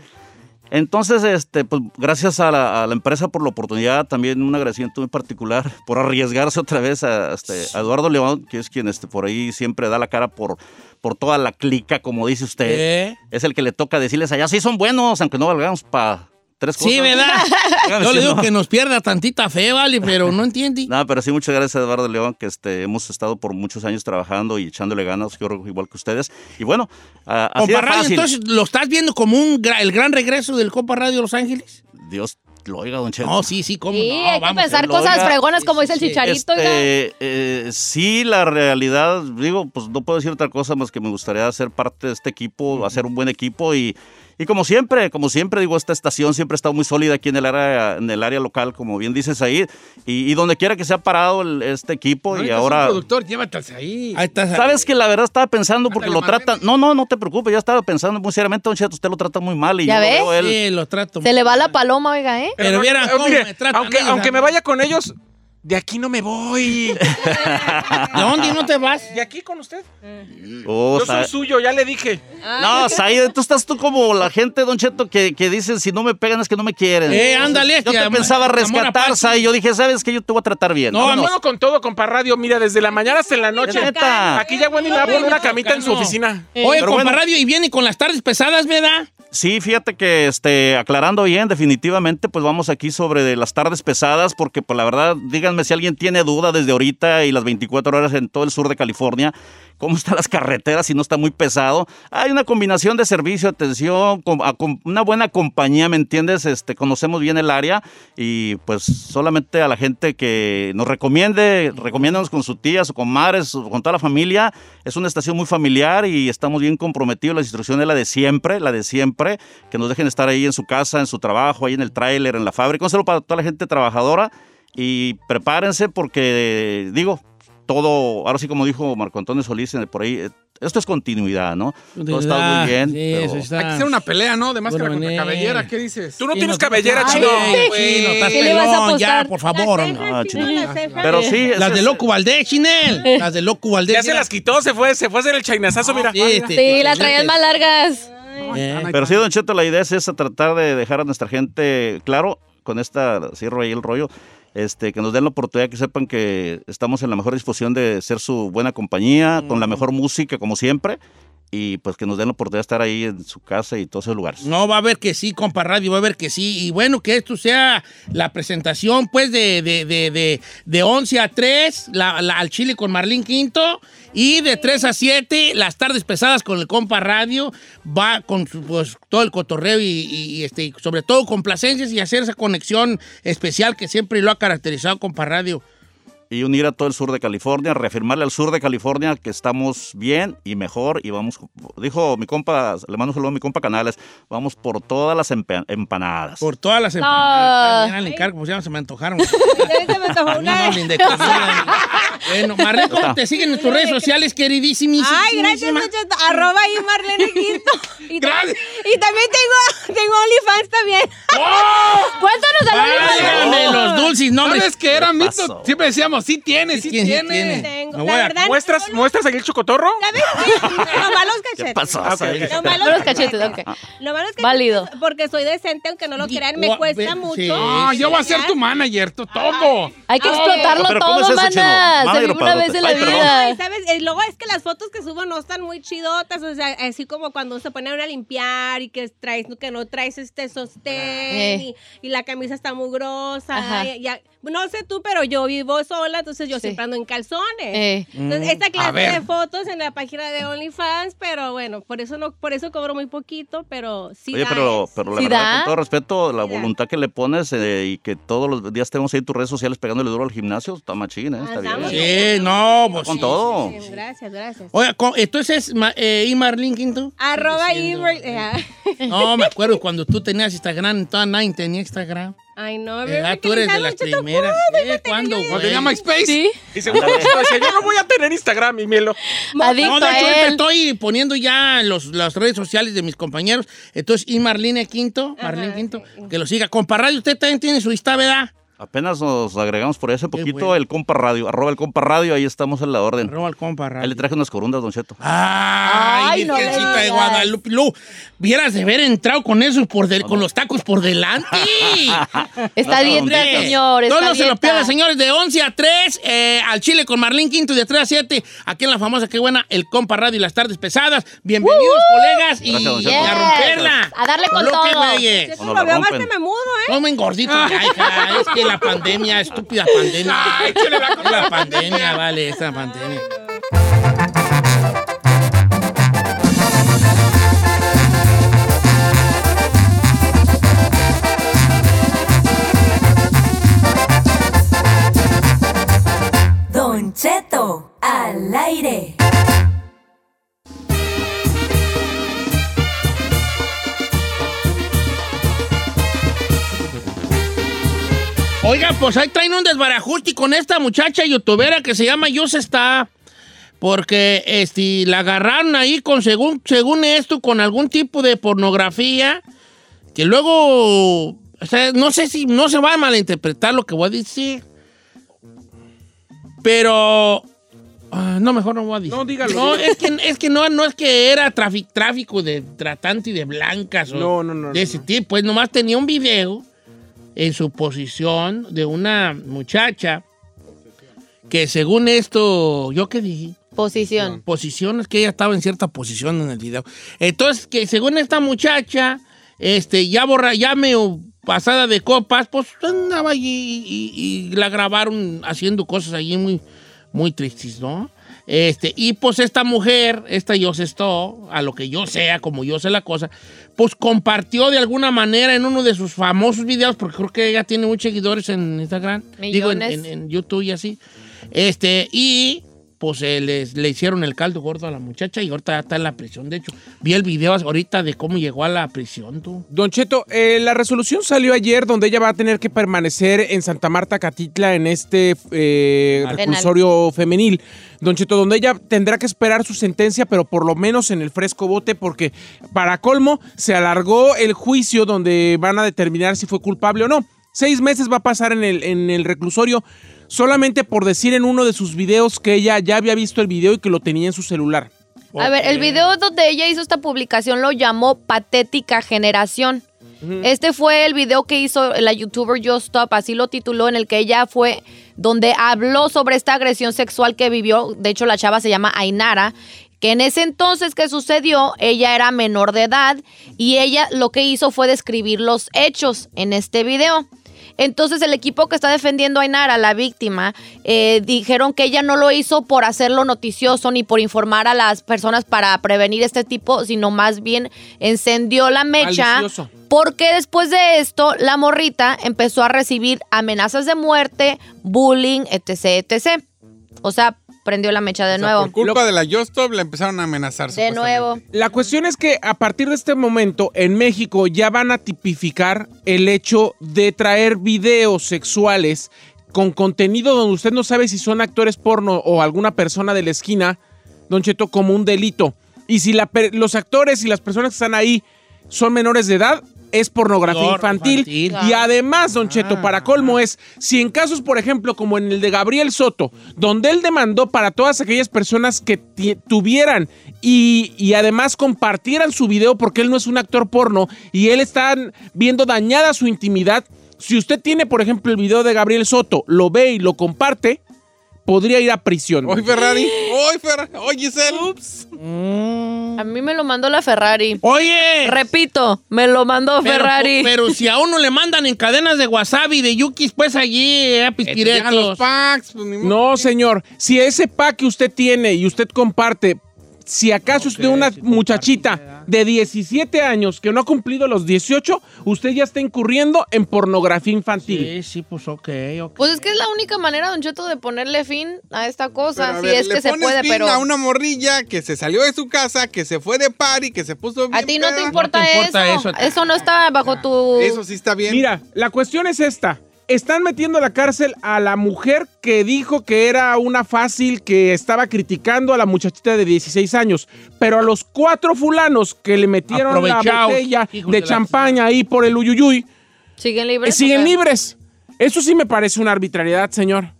Speaker 9: Entonces, este, pues gracias a la, a la empresa por la oportunidad, también un agradecimiento muy particular por arriesgarse otra vez a, este, a Eduardo León, que es quien este, por ahí siempre da la cara por, por toda la clica, como dice usted.
Speaker 1: ¿Eh?
Speaker 9: Es el que le toca decirles allá, sí son buenos, aunque no valgamos para tres cosas.
Speaker 1: Sí, ¿verdad?
Speaker 9: *laughs*
Speaker 1: Yo le digo que nos pierda tantita fe, vale, pero
Speaker 9: *laughs*
Speaker 1: no entendí.
Speaker 9: Nada, pero sí, muchas gracias a Eduardo León, que este, hemos estado por muchos años trabajando y echándole ganas, yo creo que igual que ustedes. Y bueno, ah, así de
Speaker 1: Compa Radio,
Speaker 9: fácil.
Speaker 1: entonces, ¿lo estás viendo como un gra- el gran regreso del Compa Radio Los Ángeles?
Speaker 9: Dios lo oiga, don Cheto.
Speaker 1: No, sí, sí, cómo
Speaker 2: Sí,
Speaker 1: no,
Speaker 2: hay que
Speaker 1: vamos.
Speaker 2: pensar
Speaker 9: lo
Speaker 2: cosas
Speaker 9: oiga.
Speaker 2: fregonas, como
Speaker 1: Sí,
Speaker 2: dice el
Speaker 1: sí, sí.
Speaker 2: chicharito. oiga.
Speaker 9: Este, eh, sí, la realidad, digo, pues no puedo decir otra cosa más que me gustaría ser parte de este equipo, hacer un buen equipo y, y como siempre, como siempre, digo, esta estación siempre ha estado muy sólida aquí en el área, en el área local, como bien dices ahí, y, y donde quiera que se ha parado el- este equipo y ahora...
Speaker 1: productor, llévate ahí. Ahí estás.
Speaker 9: Sabes que la verdad estaba pensando porque
Speaker 1: Ándale,
Speaker 9: lo tratan. No, no, no te preocupes, ya estaba pensando muy seriamente, don Cheto, usted lo trata muy mal y
Speaker 2: ¿Ya
Speaker 9: yo lo
Speaker 2: ves?
Speaker 9: veo a él.
Speaker 1: Sí, lo trato.
Speaker 2: Se le va la paloma, oiga, ¿eh?
Speaker 1: Pero vieran
Speaker 3: no,
Speaker 1: cómo
Speaker 3: mire,
Speaker 1: me tratan
Speaker 3: aunque,
Speaker 1: ellos,
Speaker 3: aunque me
Speaker 1: amigo.
Speaker 3: vaya con ellos, de aquí no me voy.
Speaker 1: ¿De dónde no te
Speaker 9: *laughs*
Speaker 1: vas?
Speaker 3: ¿De aquí con usted?
Speaker 9: Oh,
Speaker 3: Yo soy
Speaker 9: Sa-
Speaker 3: suyo, ya le dije.
Speaker 9: no, Said, tú estás tú como la gente, Don Cheto, que, que dicen si no me pegan es que no me quieren.
Speaker 1: Eh, ándale,
Speaker 9: Yo
Speaker 1: este,
Speaker 9: te
Speaker 1: amor-
Speaker 9: pensaba
Speaker 1: amor aparte.
Speaker 9: rescatar, Said. Yo dije, ¿sabes que Yo te voy a tratar bien.
Speaker 1: No,
Speaker 9: Vámonos.
Speaker 3: Vámonos con todo, compa radio. Mira, desde la mañana hasta la noche.
Speaker 9: neta.
Speaker 3: Aquí ya Wendy me va a poner una camita en su oficina.
Speaker 1: Oye,
Speaker 9: Pero
Speaker 1: compa
Speaker 9: bueno.
Speaker 1: Radio, y viene con las tardes pesadas, ¿verdad?
Speaker 9: Sí, fíjate que este, aclarando bien, definitivamente, pues vamos aquí sobre de las tardes pesadas, porque pues la verdad, díganme si alguien tiene duda desde ahorita y las 24 horas en todo el sur de California, cómo están las carreteras si no está muy pesado. Hay una combinación de servicio, atención, com- a- com- una buena compañía, ¿me entiendes? Este, conocemos bien el área y pues solamente a la gente que nos recomiende, recomiéndanos con su tía, su comadres, su- con toda la familia. Es una estación muy familiar y estamos bien comprometidos. La instrucción es la de siempre, la de siempre, que nos dejen estar ahí en su casa, en su trabajo, ahí en el tráiler, en la fábrica. Un saludo para toda la gente trabajadora y prepárense porque, digo, todo, ahora sí como dijo Marco Antonio Solís en el- por ahí, eh, esto es continuidad, ¿no? Todo está muy bien.
Speaker 1: Ah, Sí,
Speaker 9: pero-
Speaker 1: eso está.
Speaker 4: Hay que hacer una pelea, ¿no? De máscara
Speaker 1: Buena manera.
Speaker 4: contra cabellera, ¿qué dices?
Speaker 3: Tú no
Speaker 1: Sí, no,
Speaker 3: tienes
Speaker 1: pues,
Speaker 3: cabellera,
Speaker 1: ay,
Speaker 3: chino.
Speaker 1: güey,
Speaker 3: pues,
Speaker 1: no estás
Speaker 2: ¿Qué le vas a
Speaker 1: pelón, ya,
Speaker 2: aportar?
Speaker 1: por favor.
Speaker 5: Las
Speaker 1: hombre.
Speaker 5: cejas,
Speaker 9: no,
Speaker 5: chino,
Speaker 9: chino.
Speaker 5: las cejas.
Speaker 9: Pero sí.
Speaker 1: Las
Speaker 9: ese-
Speaker 1: de Loco Valdés, Chinel. Las de Loco Valdés.
Speaker 3: Ya se las quitó, se fue, se fue a hacer el chainazazo, mira.
Speaker 2: Sí, las traías más largas.
Speaker 1: Eh,
Speaker 9: Pero sí, Don Cheto, la idea es esa, tratar de dejar a nuestra gente claro, con esta, cierro ahí el rollo, este, que nos den la oportunidad, que sepan que estamos en la mejor disposición de ser su buena compañía, con la mejor música, como siempre, y pues que nos den la oportunidad de estar ahí en su casa y todos esos lugares.
Speaker 1: No, va a ver que sí, compa Radio, va a ver que sí. Y bueno, que esto sea la presentación, pues, de, de, de, de, de 11 a 3, la, la- al Chile con Marlín Quinto, y de 3 a 7, las tardes pesadas con el compa Radio, va con su- pues, todo el cotorreo y, y- y, este, y sobre todo complacencias y hacer esa conexión especial que siempre lo ha caracterizado compa Radio.
Speaker 9: Y unir a todo el sur de California, reafirmarle al sur de California que estamos bien y mejor, y vamos, dijo mi compa, le mando un saludo a mi compa Canales, vamos por todas las empa- empanadas.
Speaker 1: Por todas las empanadas. Mira, le encargo, pues ya se me antojaron.
Speaker 5: *laughs* Ya se me antojó una.
Speaker 1: No, ni de comida, ni- Bueno, Marlene, ¿cómo te siguen en tus redes sociales, queridísimas?
Speaker 5: Ay, gracias, muchachos. Arroba ahí Marlene Quinto. Y, ta-
Speaker 1: Gracias.
Speaker 5: y también tengo, tengo OnlyFans también.
Speaker 2: Cuéntanos de la
Speaker 1: Válgame. los dulces nombres.
Speaker 4: ¿Sabes que era
Speaker 9: ¿Qué
Speaker 4: mito?
Speaker 9: pasó?
Speaker 4: Siempre decíamos, sí tiene, sí,
Speaker 1: Sí tiene, sí
Speaker 4: tiene.
Speaker 1: tiene. Me
Speaker 5: Tengo-
Speaker 1: voy
Speaker 5: la
Speaker 1: a-
Speaker 5: verdad,
Speaker 3: Ah, ¿Muestras,
Speaker 5: no-
Speaker 3: ¿Muestras aquí el chocotorro?
Speaker 5: ¿Sabes qué? Nomás los cachetes.
Speaker 9: ¿Qué pasó?
Speaker 3: Ah, ok,
Speaker 9: Said?
Speaker 3: ok.
Speaker 5: Nomás los
Speaker 2: Los cachetes,
Speaker 5: cachetes.
Speaker 2: ok.
Speaker 5: Nomás los cachetes,
Speaker 2: Válido.
Speaker 5: Porque soy decente, aunque no lo
Speaker 1: Y-
Speaker 5: crean,
Speaker 1: gua-
Speaker 5: me
Speaker 1: ve- sí. Ah,
Speaker 5: cuesta mucho.
Speaker 3: Ah,
Speaker 4: No, yo voy a ser tu manager, tú todo.
Speaker 2: Hay que
Speaker 5: Ah,
Speaker 2: explotarlo
Speaker 9: pero ¿cómo
Speaker 2: todo,
Speaker 9: es eso, Chino?
Speaker 2: mana.
Speaker 9: Madre
Speaker 2: Se vive una
Speaker 9: padrote.
Speaker 2: vez en la
Speaker 9: Ay, perdón.
Speaker 5: Ay,
Speaker 2: vida.
Speaker 5: ¿sabes? Y luego es que las fotos que subo no están muy chidotas, o sea, así como cuando se ponen a limpiar y que traes, que no traes este sostén
Speaker 2: Eh.
Speaker 5: y, y la camisa está
Speaker 2: Ajá.
Speaker 5: mugrosa. y- ya- no sé tú, pero yo vivo sola, entonces yo
Speaker 2: Sí.
Speaker 5: siempre ando en calzones.
Speaker 2: Eh.
Speaker 5: Entonces,
Speaker 10: Mm,
Speaker 5: esta clase
Speaker 4: ver.
Speaker 5: de fotos en la página de OnlyFans, pero bueno, por eso no, por eso cobro muy poquito, pero sí.
Speaker 9: Oye,
Speaker 5: da,
Speaker 9: pero,
Speaker 5: es-
Speaker 9: pero la
Speaker 2: Sí
Speaker 9: verdad,
Speaker 2: da.
Speaker 9: con todo respeto, la
Speaker 5: Sí da.
Speaker 9: voluntad que le pones eh, y que todos los días tenemos ahí tus redes sociales pegándole duro al gimnasio, está machín, ¿eh?
Speaker 5: Ah,
Speaker 9: Está
Speaker 5: estamos-
Speaker 9: bien.
Speaker 1: Sí, no, pues.
Speaker 9: Con
Speaker 1: sí.
Speaker 9: todo.
Speaker 5: Sí, Gracias, gracias.
Speaker 1: Oiga, co- entonces es Ma- eh, y Marlene Quinto.
Speaker 5: Arroba
Speaker 1: Sigue siendo-
Speaker 5: Iber- eh,
Speaker 9: *laughs*
Speaker 1: No, me acuerdo cuando tú tenías Instagram, toda nadie tenía Instagram.
Speaker 5: Ay, no,
Speaker 1: ¿Verdad?
Speaker 5: ¿verdad?
Speaker 1: Tú eres de las primeras. ¿Eh? ¿Cuándo?
Speaker 4: ¿Cuando
Speaker 1: güey?
Speaker 4: tenía MySpace?
Speaker 2: Sí.
Speaker 3: Y seguro dice, yo no voy a tener Instagram, mi mielo.
Speaker 1: No,
Speaker 2: Adicto
Speaker 1: de
Speaker 2: a
Speaker 1: hecho, ahorita
Speaker 2: él.
Speaker 1: estoy poniendo ya los, las redes sociales de mis compañeros. Entonces, y Marlene Quinto, Marlene Quinto, que lo siga. Compa Radio, usted también tiene su Insta, ¿verdad?
Speaker 9: Apenas nos agregamos por ese poquito
Speaker 1: bueno.
Speaker 9: el compa radio, arroba el compa radio, ahí estamos en la orden.
Speaker 1: Arroba al compa
Speaker 9: Ahí le
Speaker 1: Radio.
Speaker 9: traje unas corundas, don Cheto.
Speaker 1: Ay,
Speaker 2: Ay, no le
Speaker 1: Virgencita de
Speaker 2: digas.
Speaker 1: Guadalupe. Lu, vieras de haber entrado con esos por del- con los tacos por delante.
Speaker 9: *laughs*
Speaker 2: Está
Speaker 9: No,
Speaker 2: bien,
Speaker 9: hombre.
Speaker 2: señor.
Speaker 1: No,
Speaker 2: está
Speaker 1: no se lo
Speaker 2: dieta.
Speaker 1: pierdan, señores, de 11 a 3, eh, al Chile con Marlín Quinto, de 3 a 7, aquí en la famosa Qué Buena, el Compa Radio y las Tardes Pesadas. Bienvenidos, colegas, y,
Speaker 9: Gracias, don
Speaker 1: y a
Speaker 9: Cheto.
Speaker 1: romperla.
Speaker 2: Uh-huh. A darle con
Speaker 1: Lo que
Speaker 2: todo.
Speaker 1: güeyes.
Speaker 5: Yo
Speaker 9: Cuando
Speaker 5: lo
Speaker 9: la
Speaker 5: veo más
Speaker 9: rompen.
Speaker 5: te me mudo, ¿eh?
Speaker 1: No me engordito, ya, hija. Es que la pandemia, estúpida pandemia. Es la pandemia, vale, esta pandemia.
Speaker 8: Don Cheto, al aire.
Speaker 1: Oiga, pues ahí traen un desbarajuste con esta muchacha youtubera que se llama Yus está. Porque este, la agarraron ahí con según, según esto, con algún tipo de pornografía. Que luego. o sea, no sé si no se va a malinterpretar lo que voy a decir. Pero. ah, no, mejor no voy a decir.
Speaker 3: No, dígalo,
Speaker 1: No,
Speaker 3: dígalo.
Speaker 1: es que, es que no, no es que era trafi- tráfico de tratante y de blancas. o
Speaker 3: No, no, no,
Speaker 1: De
Speaker 3: no,
Speaker 1: ese
Speaker 3: no.
Speaker 1: tipo. Pues nomás tenía un video en su posición de una muchacha que según esto, ¿yo qué dije?
Speaker 2: Posición.
Speaker 1: Posiciones, que ella estaba en cierta posición en el video. Entonces, que según esta muchacha, este, ya borra, ya medio pasada de copas, pues andaba allí y, y- y la grabaron haciendo cosas allí muy, muy tristes, ¿no? Este, y pues esta mujer, esta yo sé esto, a lo que yo sea, como yo sé la cosa, pues compartió de alguna manera en uno de sus famosos videos, porque creo que ella tiene muchos seguidores en Instagram, digo, en,
Speaker 2: Millones.
Speaker 1: en- en YouTube y así. Este, y pues eh, les- le hicieron el caldo gordo a la muchacha y ahorita ya está en la prisión. De hecho, vi el video ahorita de cómo llegó a la prisión, tú.
Speaker 3: Don Cheto, eh, la resolución salió ayer donde ella va a tener que permanecer en Santa Marta Catitla en este eh,
Speaker 2: Penal.
Speaker 3: reclusorio femenil. Don Cheto, donde ella tendrá que esperar su sentencia, pero por lo menos en el fresco bote, porque para colmo se alargó el juicio donde van a determinar si fue culpable o no. Seis meses va a pasar en el, en el reclusorio solamente por decir en uno de sus videos que ella ya había visto el video y que lo tenía en su celular.
Speaker 2: A ver, el video donde ella hizo esta publicación lo llamó Patética Generación. Este fue el video que hizo la youtuber Yo Stop, así lo tituló, en el que ella fue donde habló sobre esta agresión sexual que vivió. De hecho, la chava se llama Ainara. Que en ese entonces que sucedió, ella era menor de edad y ella lo que hizo fue describir los hechos en este video. Entonces el equipo que está defendiendo a Ainara, la víctima, eh, dijeron que ella no lo hizo por hacerlo noticioso ni por informar a las personas para prevenir este tipo, sino más bien encendió la mecha.
Speaker 3: Malicioso.
Speaker 2: Porque después de esto, la morrita empezó a recibir amenazas de muerte, bullying, etc, etc. O sea, prendió la mecha de
Speaker 4: O sea,
Speaker 2: nuevo.
Speaker 4: Por culpa de la Yostop la empezaron a amenazar.
Speaker 2: De nuevo.
Speaker 4: supuestamente.
Speaker 3: La cuestión es que a partir de este momento en México ya van a tipificar el hecho de traer videos sexuales con contenido donde usted no sabe si son actores porno o alguna persona de la esquina, Don Cheto, como un delito. Y si la per- los actores y las personas que están ahí son menores de edad, es pornografía
Speaker 1: Por-
Speaker 3: infantil.
Speaker 1: infantil.
Speaker 3: Y además, don Cheto, para colmo es, si en casos, por ejemplo, como en el de Gabriel Soto, donde él demandó para todas aquellas personas que ti- tuvieran y, y además compartieran su video porque él no es un actor porno y él está viendo dañada su intimidad, si usted tiene, por ejemplo, el video de Gabriel Soto, lo ve y lo comparte, podría ir a prisión.
Speaker 4: Hoy Ferrari. Hoy Ferrari. Hoy Giselle. Ups.
Speaker 2: A mí me lo mandó la Ferrari.
Speaker 1: Oye.
Speaker 2: Repito, me lo mandó
Speaker 1: pero-
Speaker 2: Ferrari.
Speaker 1: Pero, si a uno le mandan en cadenas de wasabi de yukis, pues allí, eh,
Speaker 4: Llegan los
Speaker 1: pispiretos.
Speaker 4: packs. Pues, ni modo.
Speaker 3: No, señor. Si ese pack que usted tiene y usted comparte, si acaso usted una muchachita de 17 años que no ha cumplido los 18, usted ya está incurriendo en pornografía
Speaker 1: Sí,
Speaker 3: infantil.
Speaker 1: sí, pues ok, ok.
Speaker 2: Pues es que es la única manera, Don Cheto, de ponerle fin a esta
Speaker 4: Pero,
Speaker 2: cosa,
Speaker 4: a
Speaker 2: si
Speaker 4: ver,
Speaker 2: es
Speaker 4: le
Speaker 2: que se
Speaker 4: pones
Speaker 2: puede,
Speaker 4: fin
Speaker 2: pero
Speaker 4: a una morrilla que se salió de su casa, que se fue de party, que se puso
Speaker 2: a
Speaker 4: bien
Speaker 2: ti no te
Speaker 4: peda.
Speaker 2: importa,
Speaker 1: No te importa
Speaker 2: eso.
Speaker 1: eso.
Speaker 2: eso. no está bajo tu...
Speaker 4: Eso sí está bien.
Speaker 3: Mira, la cuestión es esta. Están metiendo a la cárcel a la mujer que dijo que era una fácil que estaba criticando a la muchachita de 16 años, pero a los cuatro fulanos que le metieron la
Speaker 1: Aprovechaos,
Speaker 3: botella
Speaker 1: hijos
Speaker 3: de
Speaker 1: de la
Speaker 3: champaña ahí por el uyuyuy.
Speaker 2: ¿Siguen libres?
Speaker 3: Eh, siguen
Speaker 2: o qué?
Speaker 3: libres. Eso sí me parece una arbitrariedad, señor.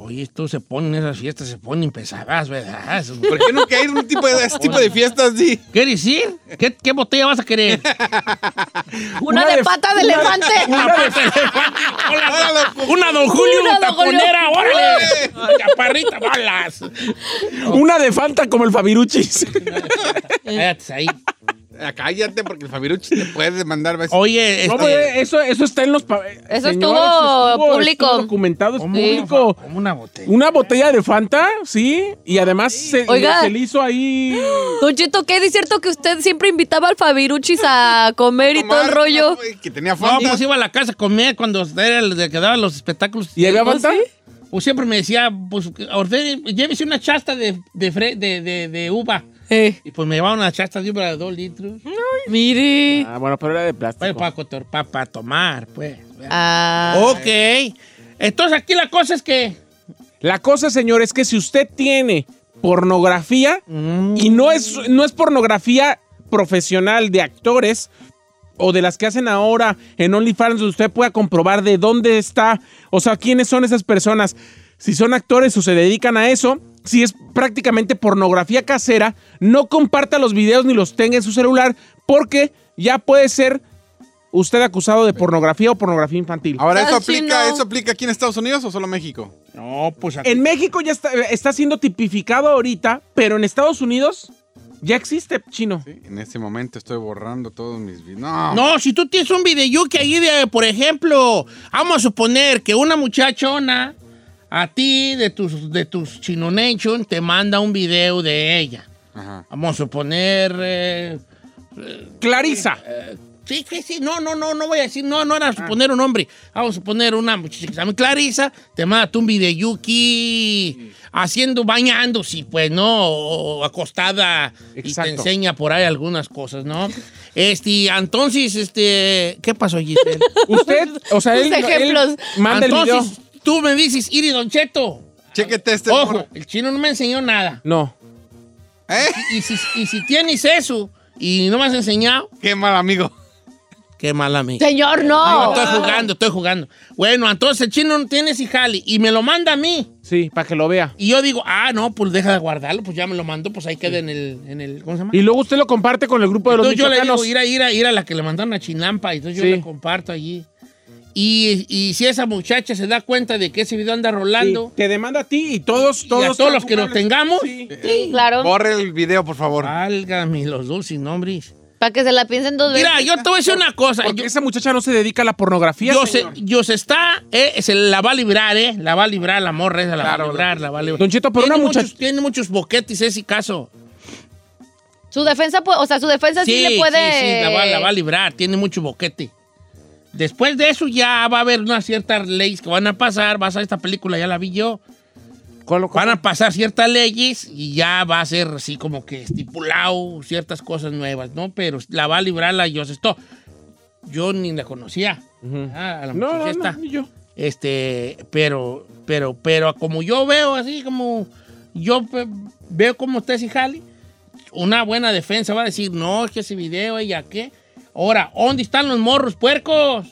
Speaker 1: Oye, esto se ponen esas fiestas, se ponen pesadas, ¿verdad?
Speaker 4: ¿Por qué nunca hay un tipo de, ese tipo de fiestas
Speaker 1: *laughs*
Speaker 4: así?
Speaker 1: ¿Qué decir? ¿Qué, ¿Qué botella vas a querer?
Speaker 2: Una, de, pata de elefante.
Speaker 1: Una botella de Juan-
Speaker 4: Ahora lo-
Speaker 1: Una don Julio,
Speaker 2: Una
Speaker 1: una
Speaker 2: Don Julio.
Speaker 1: taconera,
Speaker 2: *laughs*
Speaker 1: órale. Chaparrita, balas.
Speaker 3: Una de Fanta como el *laughs* Fabiruchis.
Speaker 1: Cállate ahí.
Speaker 4: Ah, Cállate porque el Fabiruchi te puede demandar. ¿ves?
Speaker 1: Oye, este,
Speaker 3: No, pues, eso, eso está en los... pa-
Speaker 2: Eso
Speaker 3: Señor,
Speaker 2: estuvo público.
Speaker 3: estuvo documentado, es
Speaker 1: ¿cómo
Speaker 3: público.
Speaker 1: una- cómo una botella?
Speaker 3: Una botella de Fanta, sí, y además se,
Speaker 2: Oiga.
Speaker 3: se le hizo ahí...
Speaker 2: Don Cheto, ¿qué es cierto que usted siempre invitaba al Fabiruchis a comer y todo el
Speaker 4: Tomar,
Speaker 2: rollo?
Speaker 4: Que tenía
Speaker 1: No,
Speaker 4: fama.
Speaker 1: pues iba a la casa a comer cuando era el de que daba los espectáculos.
Speaker 3: ¿Y había Fanta?
Speaker 1: Pues siempre me decía, pues, ordene, llévese una chasta de, de, fre- de, de, de uva.
Speaker 2: Eh,
Speaker 1: Y pues me llevaba una chasta de uva de dos litros.
Speaker 2: mire.
Speaker 3: Ah, bueno, pero era de
Speaker 1: Pues,
Speaker 3: plástico.
Speaker 1: para, cotor- pa- pa tomar, pues.
Speaker 2: Ah.
Speaker 1: Ok. Entonces aquí la cosa es que...
Speaker 3: La cosa, señor, es que si usted tiene pornografía, y no es, no es pornografía profesional de actores o de las que hacen ahora en OnlyFans, donde usted pueda comprobar de dónde está, o sea, quiénes son esas personas, si son actores o se dedican a eso. Si es prácticamente pornografía casera, no comparta los videos ni los tenga en su celular porque ya puede ser usted acusado de pornografía o pornografía infantil.
Speaker 4: Ahora, ¿eso
Speaker 2: Ah, sí,
Speaker 4: aplica,
Speaker 2: no.
Speaker 4: ¿eso aplica aquí en Estados Unidos o solo México?
Speaker 1: No, pues aquí...
Speaker 3: En México ya está, está siendo tipificado ahorita, pero en Estados Unidos ya existe chino.
Speaker 4: Sí, en este momento estoy borrando todos mis videos. No.
Speaker 1: No, si tú tienes un videoyuque ahí de, por ejemplo, vamos a suponer que una muchachona a ti de tus, de tus Chino Nation te manda un video de ella.
Speaker 4: Ajá.
Speaker 1: Vamos a suponer... eh,
Speaker 3: Clarisa.
Speaker 1: Sí, sí, sí, no, no, no, no voy a decir, no, no
Speaker 3: Ah.
Speaker 1: era suponer un hombre. Vamos a suponer una muchacha que se llama Clarisa, te manda un videoyuki haciendo, bañándose, pues, ¿no? O, o acostada y
Speaker 3: Exacto.
Speaker 1: te enseña por ahí algunas cosas, ¿no? Este, entonces, este, ¿qué pasó, Giselle?
Speaker 3: Usted, o sea,
Speaker 2: Tus
Speaker 3: él, él
Speaker 2: ejemplos.
Speaker 3: *laughs* manda el
Speaker 1: entonces,
Speaker 3: video.
Speaker 1: tú me dices, Iri Don Cheto,
Speaker 4: Chéquete este.
Speaker 1: ojo,
Speaker 4: morro.
Speaker 1: el chino no me enseñó nada.
Speaker 3: No.
Speaker 4: ¿Eh?
Speaker 1: Y si, y si tienes eso y no me has enseñado,
Speaker 4: Qué mal amigo.
Speaker 1: qué mala mía.
Speaker 2: Señor,
Speaker 1: No,
Speaker 2: no.
Speaker 1: estoy jugando, estoy jugando. Bueno, entonces el chino no tiene ese jali y me lo manda a mí.
Speaker 3: Sí, para que lo vea.
Speaker 1: Y yo digo, ah, no, pues deja de guardarlo, pues ya me lo mando, pues ahí queda en el, en el ¿cómo se llama?
Speaker 3: Y luego usted lo comparte con el grupo de los
Speaker 1: entonces yo le
Speaker 3: michoacanos.
Speaker 1: digo, ir a, ir a, ir a la que le mandaron a Chinampa, y entonces
Speaker 3: Sí.
Speaker 1: yo le comparto allí. Y, y si esa muchacha se da cuenta de que ese video anda
Speaker 3: Sí,
Speaker 1: rolando,
Speaker 3: te demanda a ti y todos,
Speaker 1: y
Speaker 3: todos.
Speaker 1: a todos los que lo
Speaker 3: culpables.
Speaker 1: tengamos, eh,
Speaker 3: Sí.
Speaker 2: Sí, claro.
Speaker 4: Borre el video, por favor.
Speaker 1: válgame los dulces nombres.
Speaker 2: Para que se la piensen dos veces.
Speaker 1: Mira, yo te voy a decir una cosa.
Speaker 3: Porque
Speaker 1: Yo-
Speaker 3: esa muchacha no se dedica a la pornografía.
Speaker 1: Yo se,
Speaker 3: señor.
Speaker 1: yo se está, eh, se la va a librar, ¿eh? La va a librar la morra esa, la va a librar, la va a librar.
Speaker 3: Don Cheto, pero
Speaker 1: Tiene
Speaker 3: una muchacha-
Speaker 1: muchos- Tiene muchos boquetes ese caso.
Speaker 2: Su defensa, pu- o sea, su defensa sí, le
Speaker 1: *laughs*
Speaker 2: puede...
Speaker 1: sí, sí, la va, la va a librar, tiene mucho boquete. Después de eso ya va a haber unas ciertas leyes que van a pasar, vas a esta película, ya la vi yo.
Speaker 3: ¿Cuál lo-
Speaker 1: Van a pasar ciertas leyes y ya va a ser así como que estipulado ciertas cosas nuevas, ¿no? Pero la va a librar la yo esto. Yo ni la conocía. Ah, a la
Speaker 3: No, no,
Speaker 1: muchacha
Speaker 3: no,
Speaker 1: esta.
Speaker 3: ni yo.
Speaker 1: Este, pero, pero, pero como yo veo así como yo pe- veo como usted si jali, una buena defensa va a decir, no, es que ese video, ella qué. Ahora, ¿dónde están los morros puercos?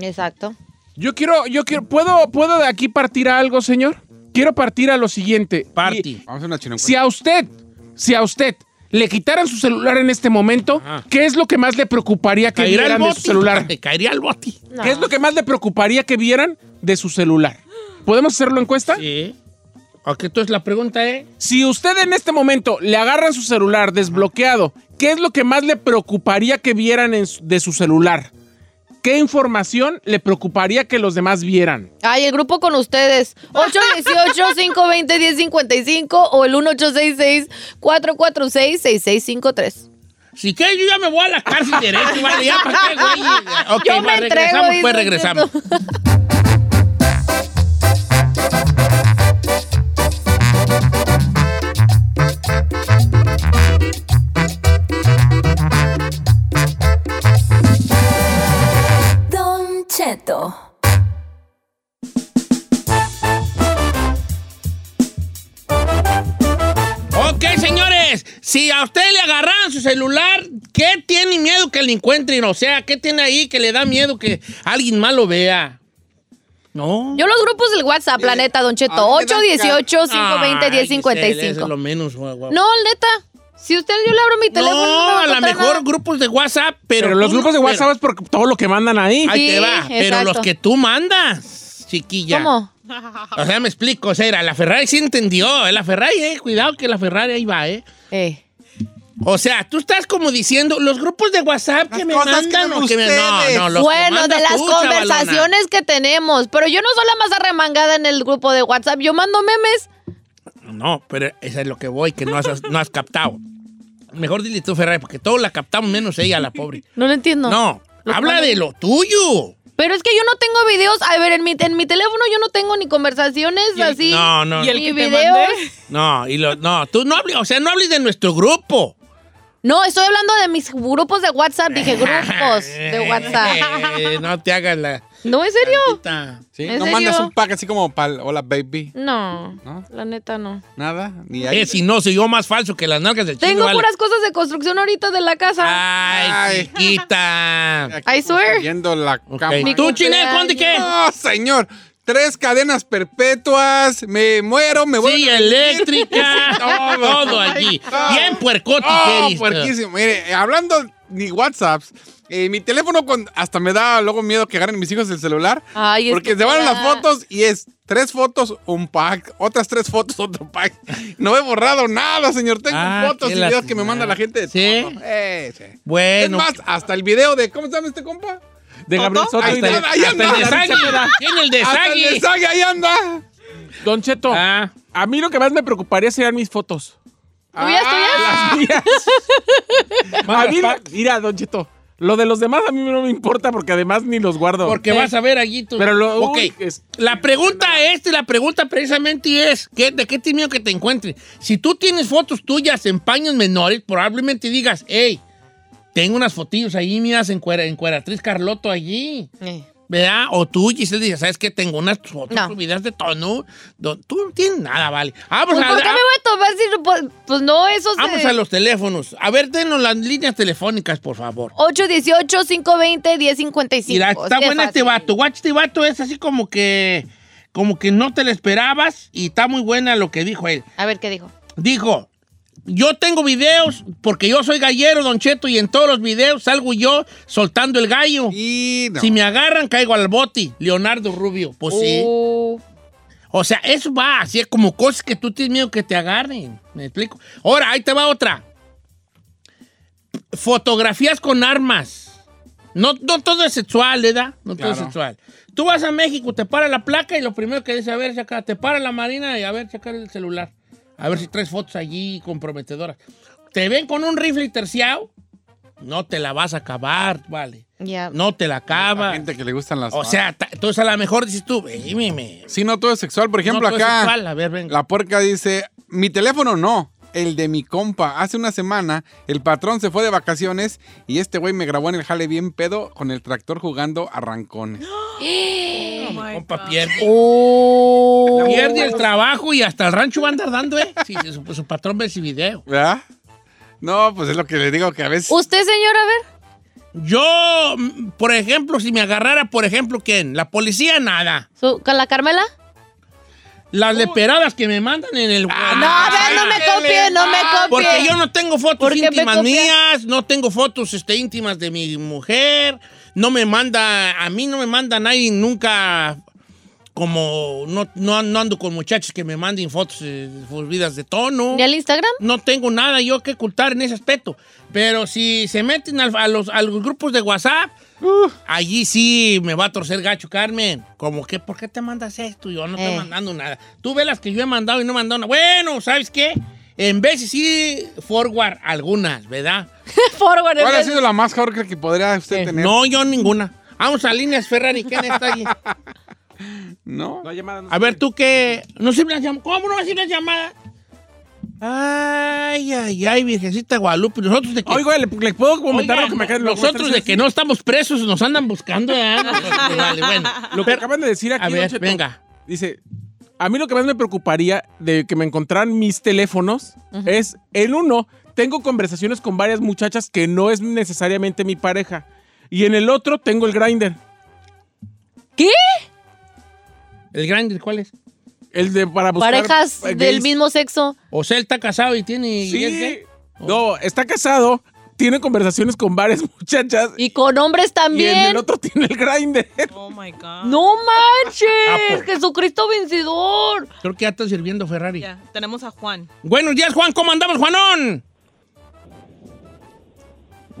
Speaker 2: Exacto.
Speaker 3: Yo quiero, yo quiero, ¿puedo, ¿puedo de aquí partir a algo, señor? Quiero partir a lo siguiente.
Speaker 1: Party.
Speaker 4: Vamos a una chino.
Speaker 3: Si a usted, si a usted le quitaran su celular en este momento,
Speaker 1: Ajá.
Speaker 3: ¿qué es lo que más le preocuparía que
Speaker 1: Caerá el
Speaker 3: vieran de
Speaker 1: boti.
Speaker 3: su celular?
Speaker 1: Te *laughs* caería el boti.
Speaker 2: No.
Speaker 3: ¿Qué es lo que más le preocuparía que vieran de su celular? ¿Podemos hacerlo encuesta?
Speaker 1: Sí. Ok, entonces la pregunta es,
Speaker 3: Si usted en este momento le agarran su celular desbloqueado, ¿qué es lo que más le preocuparía que vieran en su- de su celular? ¿Qué información le preocuparía que los demás vieran?
Speaker 2: Ay, el grupo con
Speaker 1: *laughs*
Speaker 2: ustedes. 818-520-1055 o el 1866-446-6653.
Speaker 1: si que yo ya me voy a la cárcel derecho, vale, ya para qué, güey. Ok,
Speaker 2: *laughs* Yo
Speaker 1: va,
Speaker 2: me entrego,
Speaker 1: regresamos,
Speaker 2: dice
Speaker 1: pues
Speaker 2: Don
Speaker 1: regresamos.
Speaker 2: Cheto.
Speaker 8: Don Cheto.
Speaker 1: Ok, señores, si a usted le agarraran su celular, ¿qué tiene miedo que le encuentren? O sea, ¿qué tiene ahí que le da miedo que alguien más lo vea? No.
Speaker 2: Yo los grupos del WhatsApp, la neta, Don Cheto.
Speaker 4: a mí me da
Speaker 2: 818-520-1055.
Speaker 1: Es lo menos, guau, guau.
Speaker 2: No, neta. Si usted yo le abro mi teléfono.
Speaker 1: No,
Speaker 2: va
Speaker 1: a lo
Speaker 2: encontrar
Speaker 1: mejor
Speaker 2: nada.
Speaker 1: grupos de WhatsApp, pero.
Speaker 3: Pero, los
Speaker 1: tú
Speaker 3: grupos de
Speaker 1: no-
Speaker 3: WhatsApp es por todo lo que mandan ahí.
Speaker 1: pero- ahí te
Speaker 2: Sí,
Speaker 1: va. Pero
Speaker 2: exacto.
Speaker 1: los que tú mandas, chiquilla.
Speaker 2: ¿Cómo?
Speaker 1: O sea, me explico. O sea, era la Ferrari sí entendió. eh, La Ferrari, eh. Cuidado que la Ferrari ahí va, eh.
Speaker 2: Eh.
Speaker 1: O sea, tú estás como diciendo, los grupos de WhatsApp que
Speaker 4: Las
Speaker 1: me
Speaker 4: cosas que
Speaker 1: mandan
Speaker 4: mandan
Speaker 1: o que me- No,
Speaker 4: ustedes.
Speaker 1: no, los que
Speaker 2: bueno,
Speaker 1: mandas
Speaker 2: de las
Speaker 1: tú, chavalona.
Speaker 2: conversaciones que tenemos. Pero yo no soy la más arremangada en el grupo de WhatsApp. Yo mando memes.
Speaker 1: No, pero eso es lo que voy, que no has, no has captado. Mejor dile tú, Ferrari, porque todos la captamos menos ella, la pobre.
Speaker 2: No lo entiendo.
Speaker 1: No, habla de lo tuyo.
Speaker 2: Pero es que yo no tengo videos. A ver, en mi, en mi teléfono yo no tengo ni conversaciones así.
Speaker 1: No, no,
Speaker 2: ¿Y
Speaker 1: no.
Speaker 2: el que te videos? mandé?
Speaker 1: No, y lo- no, tú no hables, o sea, no hables de nuestro grupo.
Speaker 2: No, estoy hablando de mis grupos de WhatsApp.
Speaker 1: *laughs*
Speaker 2: Dije grupos de WhatsApp.
Speaker 1: Eh, no te hagas la...
Speaker 2: No, ¿en serio?
Speaker 1: Ta.
Speaker 4: ¿Sí?
Speaker 2: ¿En
Speaker 4: ah, No mandas
Speaker 2: serio?
Speaker 4: un pack así como para hola baby,
Speaker 2: No,
Speaker 4: ¿No?
Speaker 2: la neta no.
Speaker 4: nada, ni ahí.
Speaker 1: Eh, si no, soy yo más falso que las nalgas del chino.
Speaker 2: Tengo
Speaker 1: vale.
Speaker 2: puras cosas de construcción ahorita de la casa.
Speaker 1: Ay,
Speaker 4: Ay.
Speaker 1: chiquita.
Speaker 4: Aquí
Speaker 2: I swear.
Speaker 4: viendo la
Speaker 1: Ok.
Speaker 4: cama.
Speaker 1: ¿Tú, Chinel, Conde, qué?
Speaker 4: No, señor. Tres cadenas perpetuas. Me muero, me voy.
Speaker 1: Sí, eléctrica, todo allí.
Speaker 4: Todo.
Speaker 1: Bien puercote,
Speaker 4: Oh,
Speaker 1: Jerry.
Speaker 4: puerquísimo. Mire, eh, hablando ni WhatsApps, eh, mi teléfono con- hasta me da luego miedo que agarren mis hijos el celular.
Speaker 2: Ay, es
Speaker 4: porque
Speaker 2: que
Speaker 4: se van
Speaker 2: da-
Speaker 4: las fotos y es tres fotos, un pack, otras tres fotos, *laughs* otro pack. No he borrado nada, señor. Tengo
Speaker 1: Ah,
Speaker 4: fotos
Speaker 1: qué
Speaker 4: y videos
Speaker 1: lástima.
Speaker 4: que me manda la gente. de
Speaker 1: ¿Sí?
Speaker 4: todo. Eh, sí.
Speaker 1: Bueno.
Speaker 4: Es más, hasta el video de. ¿Cómo se llama este compa?
Speaker 3: De Gabriel Soto
Speaker 4: Ahí
Speaker 3: y de-
Speaker 4: está, ahí
Speaker 3: hasta
Speaker 1: El
Speaker 4: anda.
Speaker 3: el de Gabriel
Speaker 1: desague.
Speaker 3: Cepeda.
Speaker 1: Tiene el
Speaker 4: Hasta el
Speaker 1: desague.
Speaker 4: mensaje, ahí anda.
Speaker 3: Don Cheto,
Speaker 1: Ah.
Speaker 3: a mí lo que más me preocuparía serían mis fotos.
Speaker 2: ¿Tuyas,
Speaker 4: Ah,
Speaker 3: Mías.
Speaker 1: *laughs*
Speaker 3: A mí lo- mira, Don Cheto, lo de los demás a mí no me importa porque además ni los guardo.
Speaker 1: Porque vas a ver allí tú.
Speaker 3: Eh. Pero lo-
Speaker 1: Ok.
Speaker 3: uy, es-
Speaker 1: La pregunta esta y la pregunta precisamente es: ¿qué- ¿de qué tienes miedo que te encuentren? Si tú tienes fotos tuyas en paños menores, probablemente digas, hey, tengo unas fotillos ahí mías en, cuera, en Cueratriz Carloto allí.
Speaker 2: Eh.
Speaker 1: ¿Verdad? O tú, Giselle, dices, ¿sabes qué? Tengo unas fotos
Speaker 2: No.
Speaker 1: subidas de tono. don- Tú no tienes nada, vale. Vamos, a,
Speaker 2: Pues,
Speaker 1: ah,
Speaker 2: ¿Por qué me voy a tomar si no puedo? Pues no, eso se...
Speaker 1: vamos a los teléfonos. A ver, denos las líneas telefónicas, por favor.
Speaker 2: 818-520-1055.
Speaker 1: Mira, está
Speaker 2: pues, Qué
Speaker 1: bueno este
Speaker 2: fácil.
Speaker 1: vato. Guacha, este vato es así como que, como que no te lo esperabas y está muy buena lo que dijo él.
Speaker 2: A ver, ¿qué dijo?
Speaker 1: Dijo, yo tengo videos porque yo soy gallero, Don Cheto, y en todos los videos salgo yo soltando el gallo.
Speaker 4: Y no.
Speaker 1: Si me agarran, caigo al boti. Leonardo Rubio. Pues sí.
Speaker 2: Uh,
Speaker 1: O sea, eso va, así es como cosas que tú tienes miedo que te agarren. ¿Me explico? Ahora, ahí te va otra. Fotografías con armas. No, no todo es sexual, ¿verdad? No todo es
Speaker 4: Claro.
Speaker 1: sexual. Tú vas a México, te para la placa y lo primero que dice, a ver, saca, te para la marina y a ver, sacar el celular. A ver si traes fotos allí comprometedoras. Te ven con un rifle terciado, no te la vas a acabar, vale.
Speaker 2: ya.
Speaker 1: No te la
Speaker 4: Hay
Speaker 1: acabas.
Speaker 4: gente que le gustan las.
Speaker 1: O sea, ta- entonces a lo mejor dices tú, "Ey, me- me-
Speaker 4: Si no todo es sexual, por ejemplo,
Speaker 1: no, todo es
Speaker 4: acá.
Speaker 1: sexual". A ver, venga.
Speaker 4: La porca dice, mi teléfono no, el de mi compa. Hace una semana el patrón se fue de vacaciones y este güey me grabó en el jale bien pedo con el tractor jugando a rancones.
Speaker 10: Oh
Speaker 1: Compa, pierde. Uh. Pierde el trabajo y hasta el rancho va a andar dando, ¿eh? Si si su, su patrón ve ese video.
Speaker 4: ¿Verdad? No, pues es lo que le digo que a veces.
Speaker 2: ¿Usted, señor, a ver?
Speaker 1: Yo, mm, por ejemplo, si me agarrara, por ejemplo, ¿quién? La policía, nada.
Speaker 2: Su- ¿Con la Carmela?
Speaker 1: Las leperadas que me mandan en el...
Speaker 2: No, a ver, no me copie, no me copie.
Speaker 1: Porque yo no tengo fotos
Speaker 2: ¿Por qué me
Speaker 1: íntimas
Speaker 2: copia?
Speaker 1: mías, no tengo fotos este, íntimas de mi mujer, no me manda, a mí no me manda nadie nunca, como no, no, no ando con muchachos que me manden fotos eh, subidas de tono.
Speaker 2: ¿Ni al Instagram?
Speaker 1: No tengo nada yo que ocultar en ese aspecto. Pero si se meten al- a, los, a los grupos de WhatsApp, allí sí me va a torcer gacho, Carmen. Como que, ¿por qué te mandas esto? Yo no
Speaker 2: Eh.
Speaker 1: estoy mandando nada. Tú ves las que yo he mandado y no he mandado nada. Bueno, ¿sabes qué? En veces sí forward algunas, ¿verdad? Eh,
Speaker 2: Forward. en
Speaker 4: ¿Cuál ha
Speaker 2: vez-
Speaker 4: sido la más hardcore que podría usted tener?
Speaker 1: No, yo ninguna. Vamos a líneas Ferrari, ¿quién está allí?
Speaker 4: No.
Speaker 1: A ver, tú qué. No sirve la llamada. ¿Cómo no va a servir la llamada? Ay, ay, ay, Virgencita de Guadalupe. Nosotros de que.
Speaker 3: Oiga, ¿le, le puedo comentar
Speaker 1: Oigan,
Speaker 3: lo que me acaba- lo que me
Speaker 1: Nosotros
Speaker 3: están
Speaker 1: de que no estamos presos nos andan buscando.
Speaker 3: *laughs*
Speaker 1: ¿eh? Vale, bueno.
Speaker 3: Lo que
Speaker 1: Pero-
Speaker 3: acaban de decir aquí,
Speaker 1: a
Speaker 3: Don
Speaker 1: ver,
Speaker 3: Cheto,
Speaker 1: venga.
Speaker 3: Dice, a mí lo que más me preocuparía de que me encontraran mis teléfonos es, el uno, tengo conversaciones con varias muchachas que no es necesariamente mi pareja. Y en el otro tengo el grinder,
Speaker 2: ¿Qué?
Speaker 1: ¿El grande cuál es?
Speaker 3: el de para buscar...
Speaker 2: Parejas
Speaker 3: eh,
Speaker 2: del
Speaker 3: gays.
Speaker 2: mismo sexo.
Speaker 1: O sea, él está casado y tiene. y es
Speaker 3: Sí. Oh.
Speaker 1: gay.
Speaker 3: No, está casado, tiene conversaciones con varias *laughs* muchachas
Speaker 2: Y con hombres
Speaker 3: y en
Speaker 2: también.
Speaker 3: el otro tiene el grinder.
Speaker 2: *laughs*
Speaker 10: Oh my God.
Speaker 2: No manches.
Speaker 1: Ah, pues.
Speaker 2: Jesucristo vencedor.
Speaker 1: Creo que ya está sirviendo Ferrari.
Speaker 10: Ya, tenemos a Juan.
Speaker 1: Buenos días, Juan. ¿Cómo andamos, Juanón?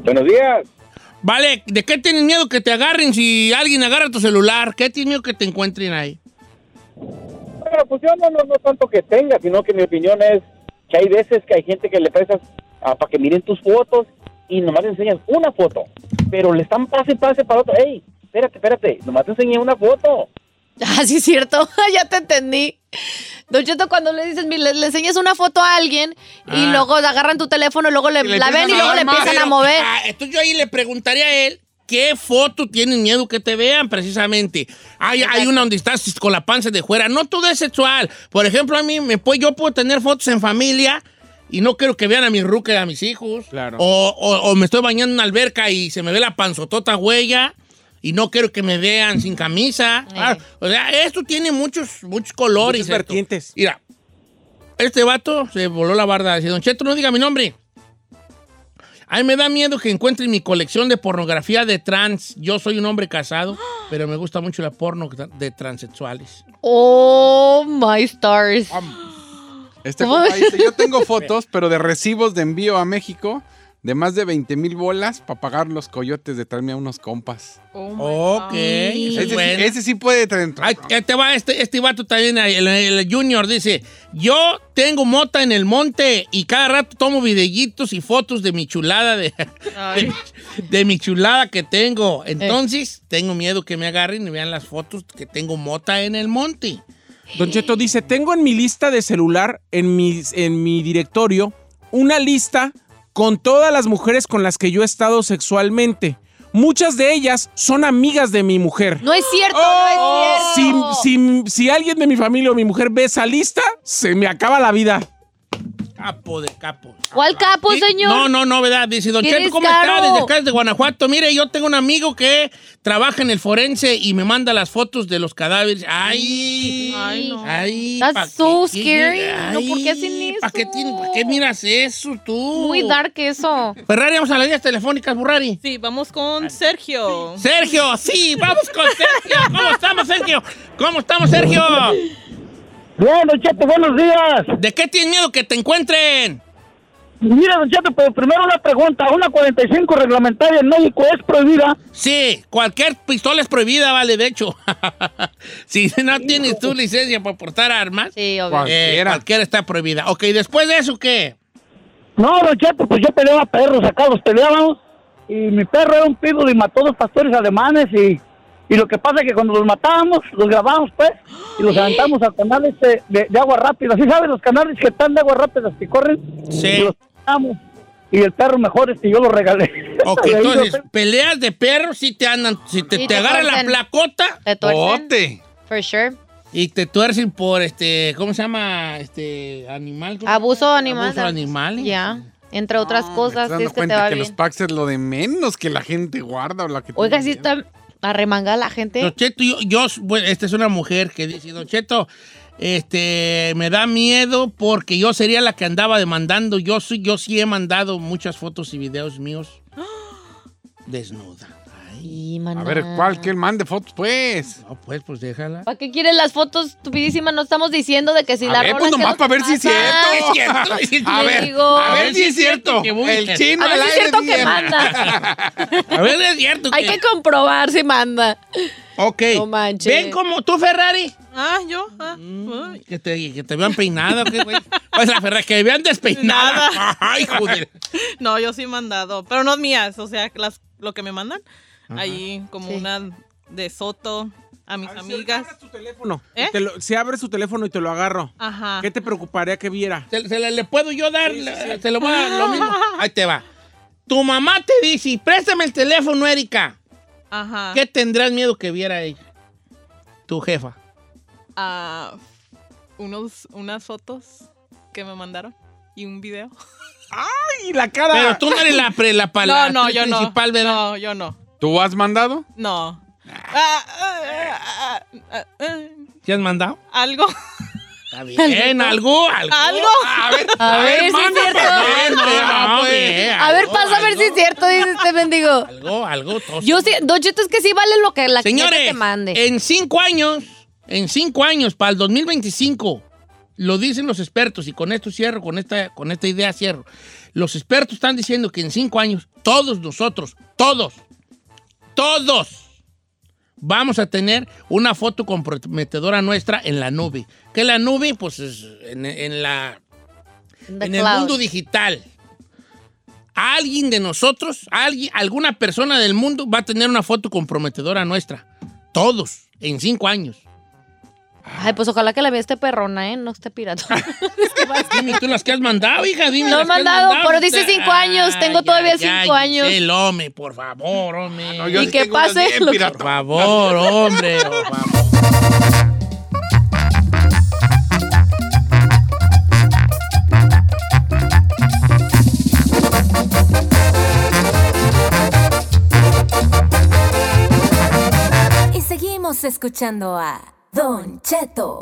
Speaker 6: Buenos días.
Speaker 1: Vale, ¿de qué tienes miedo que te agarren si alguien agarra tu celular? ¿Qué tienes miedo que te encuentren ahí?
Speaker 6: Bueno, pues yo no, no, no tanto que tenga, sino que mi opinión es que hay veces que hay gente que le prestas ah, para que miren tus fotos y nomás le enseñas una foto, pero le están pase, pase para otro. ¡Ey! Espérate, espérate, nomás te enseñé una foto.
Speaker 2: *laughs* Ah, sí, es cierto. ya te entendí. Don Cheto, cuando le dices, mira, le, le enseñas una foto a alguien y
Speaker 1: Ah.
Speaker 2: luego agarran tu teléfono, y luego le-
Speaker 4: Y le
Speaker 2: la
Speaker 4: empiezan
Speaker 2: ven y
Speaker 4: a
Speaker 2: luego
Speaker 4: dar
Speaker 2: le
Speaker 4: más,
Speaker 2: empiezan
Speaker 1: Pero,
Speaker 2: a mover.
Speaker 1: ah, entonces yo ahí le preguntaría a él. ¿Qué foto tienen miedo que te vean precisamente? Hay, hay una donde estás con la panza de fuera. No todo es sexual. Por ejemplo, a mí me puede, yo puedo tener fotos en familia y no quiero que vean a mis rucas y a mis hijos.
Speaker 3: Claro.
Speaker 1: O, o- o me estoy bañando en una alberca y se me ve la panzotota huella y no quiero que me vean sin camisa.
Speaker 2: Eh.
Speaker 1: Ah, o sea, esto tiene muchos, muchos colores.
Speaker 3: Muchas
Speaker 1: esto.
Speaker 3: vertientes.
Speaker 1: Mira, este vato se voló la barda. Dice, Don Cheto, no diga mi nombre. Ay, me da miedo que encuentren mi colección de pornografía de trans. Yo soy un hombre casado, pero me gusta mucho la porno de transexuales.
Speaker 2: Oh, my stars.
Speaker 4: Este
Speaker 2: ¿Cómo?
Speaker 4: compa dice, yo tengo fotos, pero de recibos de envío a México de más de 20 mil bolas para pagar los coyotes de traerme a unos compas.
Speaker 10: Oh my
Speaker 1: Ok.
Speaker 10: God.
Speaker 1: eso
Speaker 4: Ese,
Speaker 1: es
Speaker 4: sí-
Speaker 1: bueno.
Speaker 4: ese sí puede traer.
Speaker 1: Ahí ahí te va este, este vato también, el, el Junior, dice, yo tengo mota en el monte y cada rato tomo videitos y fotos de mi chulada, de, de, *laughs* de mi chulada que tengo. Entonces, tengo miedo que me agarren y vean las fotos que tengo mota en el monte.
Speaker 3: Don Cheto dice, tengo en mi lista de celular, en, mis, en mi directorio, una lista con todas las mujeres con las que yo he estado sexualmente. Muchas de ellas son amigas de mi mujer.
Speaker 2: No es cierto,
Speaker 4: Oh,
Speaker 2: no es
Speaker 3: Si,
Speaker 2: cierto.
Speaker 3: si- si alguien de mi familia o mi mujer ve esa lista, se me acaba la vida.
Speaker 1: Capo de capo.
Speaker 2: ¿Cuál capo,
Speaker 1: Sí,
Speaker 2: señor?
Speaker 1: No, no, no, ¿verdad? Dice, don
Speaker 2: Qué
Speaker 1: Cheto, ¿cómo
Speaker 2: descaro.
Speaker 1: está? Desde acá, desde Guanajuato. Mire, yo tengo un amigo que trabaja en el forense y me manda las fotos de los cadáveres. ¡Ay!
Speaker 10: Ay, no.
Speaker 1: Ay,
Speaker 2: That's
Speaker 1: pa' qué
Speaker 2: so
Speaker 1: tiene-
Speaker 2: scary. No, ¿por qué hacen
Speaker 1: ay,
Speaker 2: eso?
Speaker 1: ¿Para qué, tiene- pa' qué miras eso tú?
Speaker 2: Muy dark eso.
Speaker 1: Ferrari, vamos a las líneas telefónicas, Burrari.
Speaker 10: Sí, vamos con Sergio.
Speaker 1: Sergio, sí, vamos con Sergio. ¿Cómo estamos, Sergio? ¿Cómo estamos, Sergio?
Speaker 6: Bien, Don Cheto, buenos días.
Speaker 1: ¿De qué tienes miedo que te encuentren?
Speaker 6: Mira, Don Cheto, pero primero una pregunta. Una 45 reglamentaria en México es prohibida.
Speaker 1: Sí, cualquier pistola es prohibida, vale, de hecho. *laughs* si no tienes tu licencia para portar armas,
Speaker 2: Sí, obvio.
Speaker 4: Juan.
Speaker 1: eh,
Speaker 4: Cualquiera.
Speaker 1: cualquiera está prohibida. Ok, después de eso, ¿qué?
Speaker 6: No, Don Cheto, pues yo peleaba perros, acá los peleábamos. Y mi perro era un pitbull y mató dos pastores alemanes. Y, y lo que pasa es que cuando los matábamos, los grabábamos, pues, y los aventamos a canales de, de- de agua rápida. ¿Sí sabes los canales que están de agua rápida que corren? Y
Speaker 1: Sí.
Speaker 6: los aventamos. Y el perro mejor es que yo lo regalé. *laughs*
Speaker 2: *laughs*
Speaker 1: Ok,
Speaker 6: Y ahí lo
Speaker 1: entonces,
Speaker 6: tengo.
Speaker 1: peleas de perros, si te andan, si te,
Speaker 2: Sí,
Speaker 1: te
Speaker 2: te
Speaker 1: agarra la
Speaker 2: torcen.
Speaker 1: placota
Speaker 2: Te tuercen.
Speaker 4: ¡Ote!
Speaker 2: For sure.
Speaker 1: y te tuercen por este, ¿cómo se llama? Este animal. ¿cómo se
Speaker 2: Abuso
Speaker 1: llama?
Speaker 2: animal.
Speaker 1: Abuso animal.
Speaker 2: Ya.
Speaker 1: ¿eh?
Speaker 2: entre otras
Speaker 4: No, Ah, me estoy
Speaker 2: cosas, si
Speaker 4: dando
Speaker 2: es que te
Speaker 4: cuenta
Speaker 2: va
Speaker 4: que
Speaker 2: bien.
Speaker 4: los packs es lo de menos que la gente guarda o la que
Speaker 2: Oiga,
Speaker 4: tiene
Speaker 2: si
Speaker 4: miedo.
Speaker 2: está arremangada la gente.
Speaker 1: Don Cheto, yo, yo- bueno, esta es una mujer que dice, Don Cheto, este, me da miedo porque yo sería la que andaba demandando. Yo, soy, yo sí he mandado muchas fotos y videos
Speaker 2: *gasps*
Speaker 1: míos desnuda. Ay,
Speaker 2: Sí,
Speaker 4: A
Speaker 2: maná.
Speaker 4: ver, ¿cuál? Que él mande fotos, pues.
Speaker 1: no, pues, pues
Speaker 2: *laughs*
Speaker 1: déjala.
Speaker 2: ¿Para qué quieres las fotos estupidísimas? No estamos diciendo de que si
Speaker 4: A
Speaker 2: la
Speaker 4: ver,
Speaker 2: rola Ah,
Speaker 4: pues
Speaker 2: que
Speaker 4: nomás
Speaker 2: no
Speaker 4: para ver si es
Speaker 2: pasa.
Speaker 4: cierto.
Speaker 1: Es cierto.
Speaker 4: *laughs* A
Speaker 2: Te
Speaker 4: ver,
Speaker 2: digo.
Speaker 4: a ver si es cierto.
Speaker 1: que voy.
Speaker 4: El chino
Speaker 2: A ver
Speaker 4: al
Speaker 2: si es
Speaker 4: aire
Speaker 2: cierto que
Speaker 4: bien. *laughs*
Speaker 2: manda.
Speaker 1: A ver, es cierto.
Speaker 2: Hay que comprobar si manda.
Speaker 1: Ok.
Speaker 2: No manches.
Speaker 1: Ven como tú, Ferrari.
Speaker 10: Ah, yo. Ah. Ay.
Speaker 1: Que te, que te vean peinada, ¿o ¿qué, güey? Pues la Ferrari, que me vean despeinada. Ay, joder.
Speaker 10: No, yo sí he mandado, pero no mías, o sea, las, lo que me mandan. Ahí, como
Speaker 2: Sí.
Speaker 10: una de Soto, a mis amigas.
Speaker 3: tu teléfono.
Speaker 10: ¿Eh?
Speaker 3: y te lo- si abres tu teléfono y te lo agarro,
Speaker 2: Ah.
Speaker 10: Ajá.
Speaker 3: ¿qué te preocuparía que viera?
Speaker 1: Se, se le, le puedo yo dar, se lo voy a dar lo mismo. Ahí te va. Tu mamá te dice, préstame el teléfono, Erika.
Speaker 10: Ajá.
Speaker 1: ¿Qué tendrás miedo que viera ella? Tu jefa.
Speaker 10: Ah, unos, unas fotos que me mandaron y un
Speaker 1: *laughs*
Speaker 10: video.
Speaker 3: ¡Y la cara!
Speaker 1: Pero tú no eres la, pre, la, pa-
Speaker 10: *laughs*
Speaker 1: la
Speaker 10: no, no,
Speaker 1: actriz
Speaker 10: yo no.
Speaker 1: principal, ¿verdad?
Speaker 10: No, yo no.
Speaker 4: ¿Tú has mandado?
Speaker 10: No. Ah, ah, ah, ah, ah,
Speaker 1: ¿Te has mandado?
Speaker 10: algo. *laughs*
Speaker 1: Está bien, algo, algo.
Speaker 10: ¿Algo?
Speaker 1: A ver,
Speaker 2: A ver, sí es cierto.
Speaker 1: No, no, no,
Speaker 4: pues.
Speaker 1: bien,
Speaker 2: A ver,
Speaker 1: algo,
Speaker 2: pasa a ver
Speaker 1: algo,
Speaker 2: si es cierto, dice este mendigo.
Speaker 1: Algo, algo, tos.
Speaker 2: Yo sí, Don Cheto, es que sí vale lo que la gente
Speaker 1: Señores,
Speaker 2: te mande.
Speaker 1: en cinco años, en cinco años, para el 2025, lo dicen los expertos, y con esto cierro, con esta, con esta idea cierro. Los expertos están diciendo que en cinco años, todos nosotros, todos, todos, vamos a tener una foto comprometedora nuestra en la nube. Que la nube, pues, es en- en la
Speaker 2: The
Speaker 1: en el
Speaker 2: cloud.
Speaker 1: mundo digital. Alguien de nosotros, alguien, alguna persona del mundo va a tener una foto comprometedora nuestra. Todos, en cinco años.
Speaker 2: Ay, pues ojalá que la vea este perrona, ¿eh? No
Speaker 4: *laughs*
Speaker 2: esté pirata.
Speaker 1: Dime tú las que has mandado, hija, dime.
Speaker 2: No
Speaker 1: las
Speaker 2: he
Speaker 1: que has
Speaker 2: mandado, pero dice
Speaker 1: ahorita.
Speaker 2: cinco años, tengo todavía cinco años.
Speaker 1: Giselle, hombre, por favor, hombre.
Speaker 4: Ah, yo
Speaker 2: Y
Speaker 4: sí
Speaker 2: que
Speaker 4: tengo unas
Speaker 2: pase
Speaker 4: bien
Speaker 2: lo que-
Speaker 1: Por
Speaker 4: pirata.
Speaker 1: favor, hombre, por favor.
Speaker 5: ¿eh?
Speaker 8: Y seguimos escuchando a Don Cheto.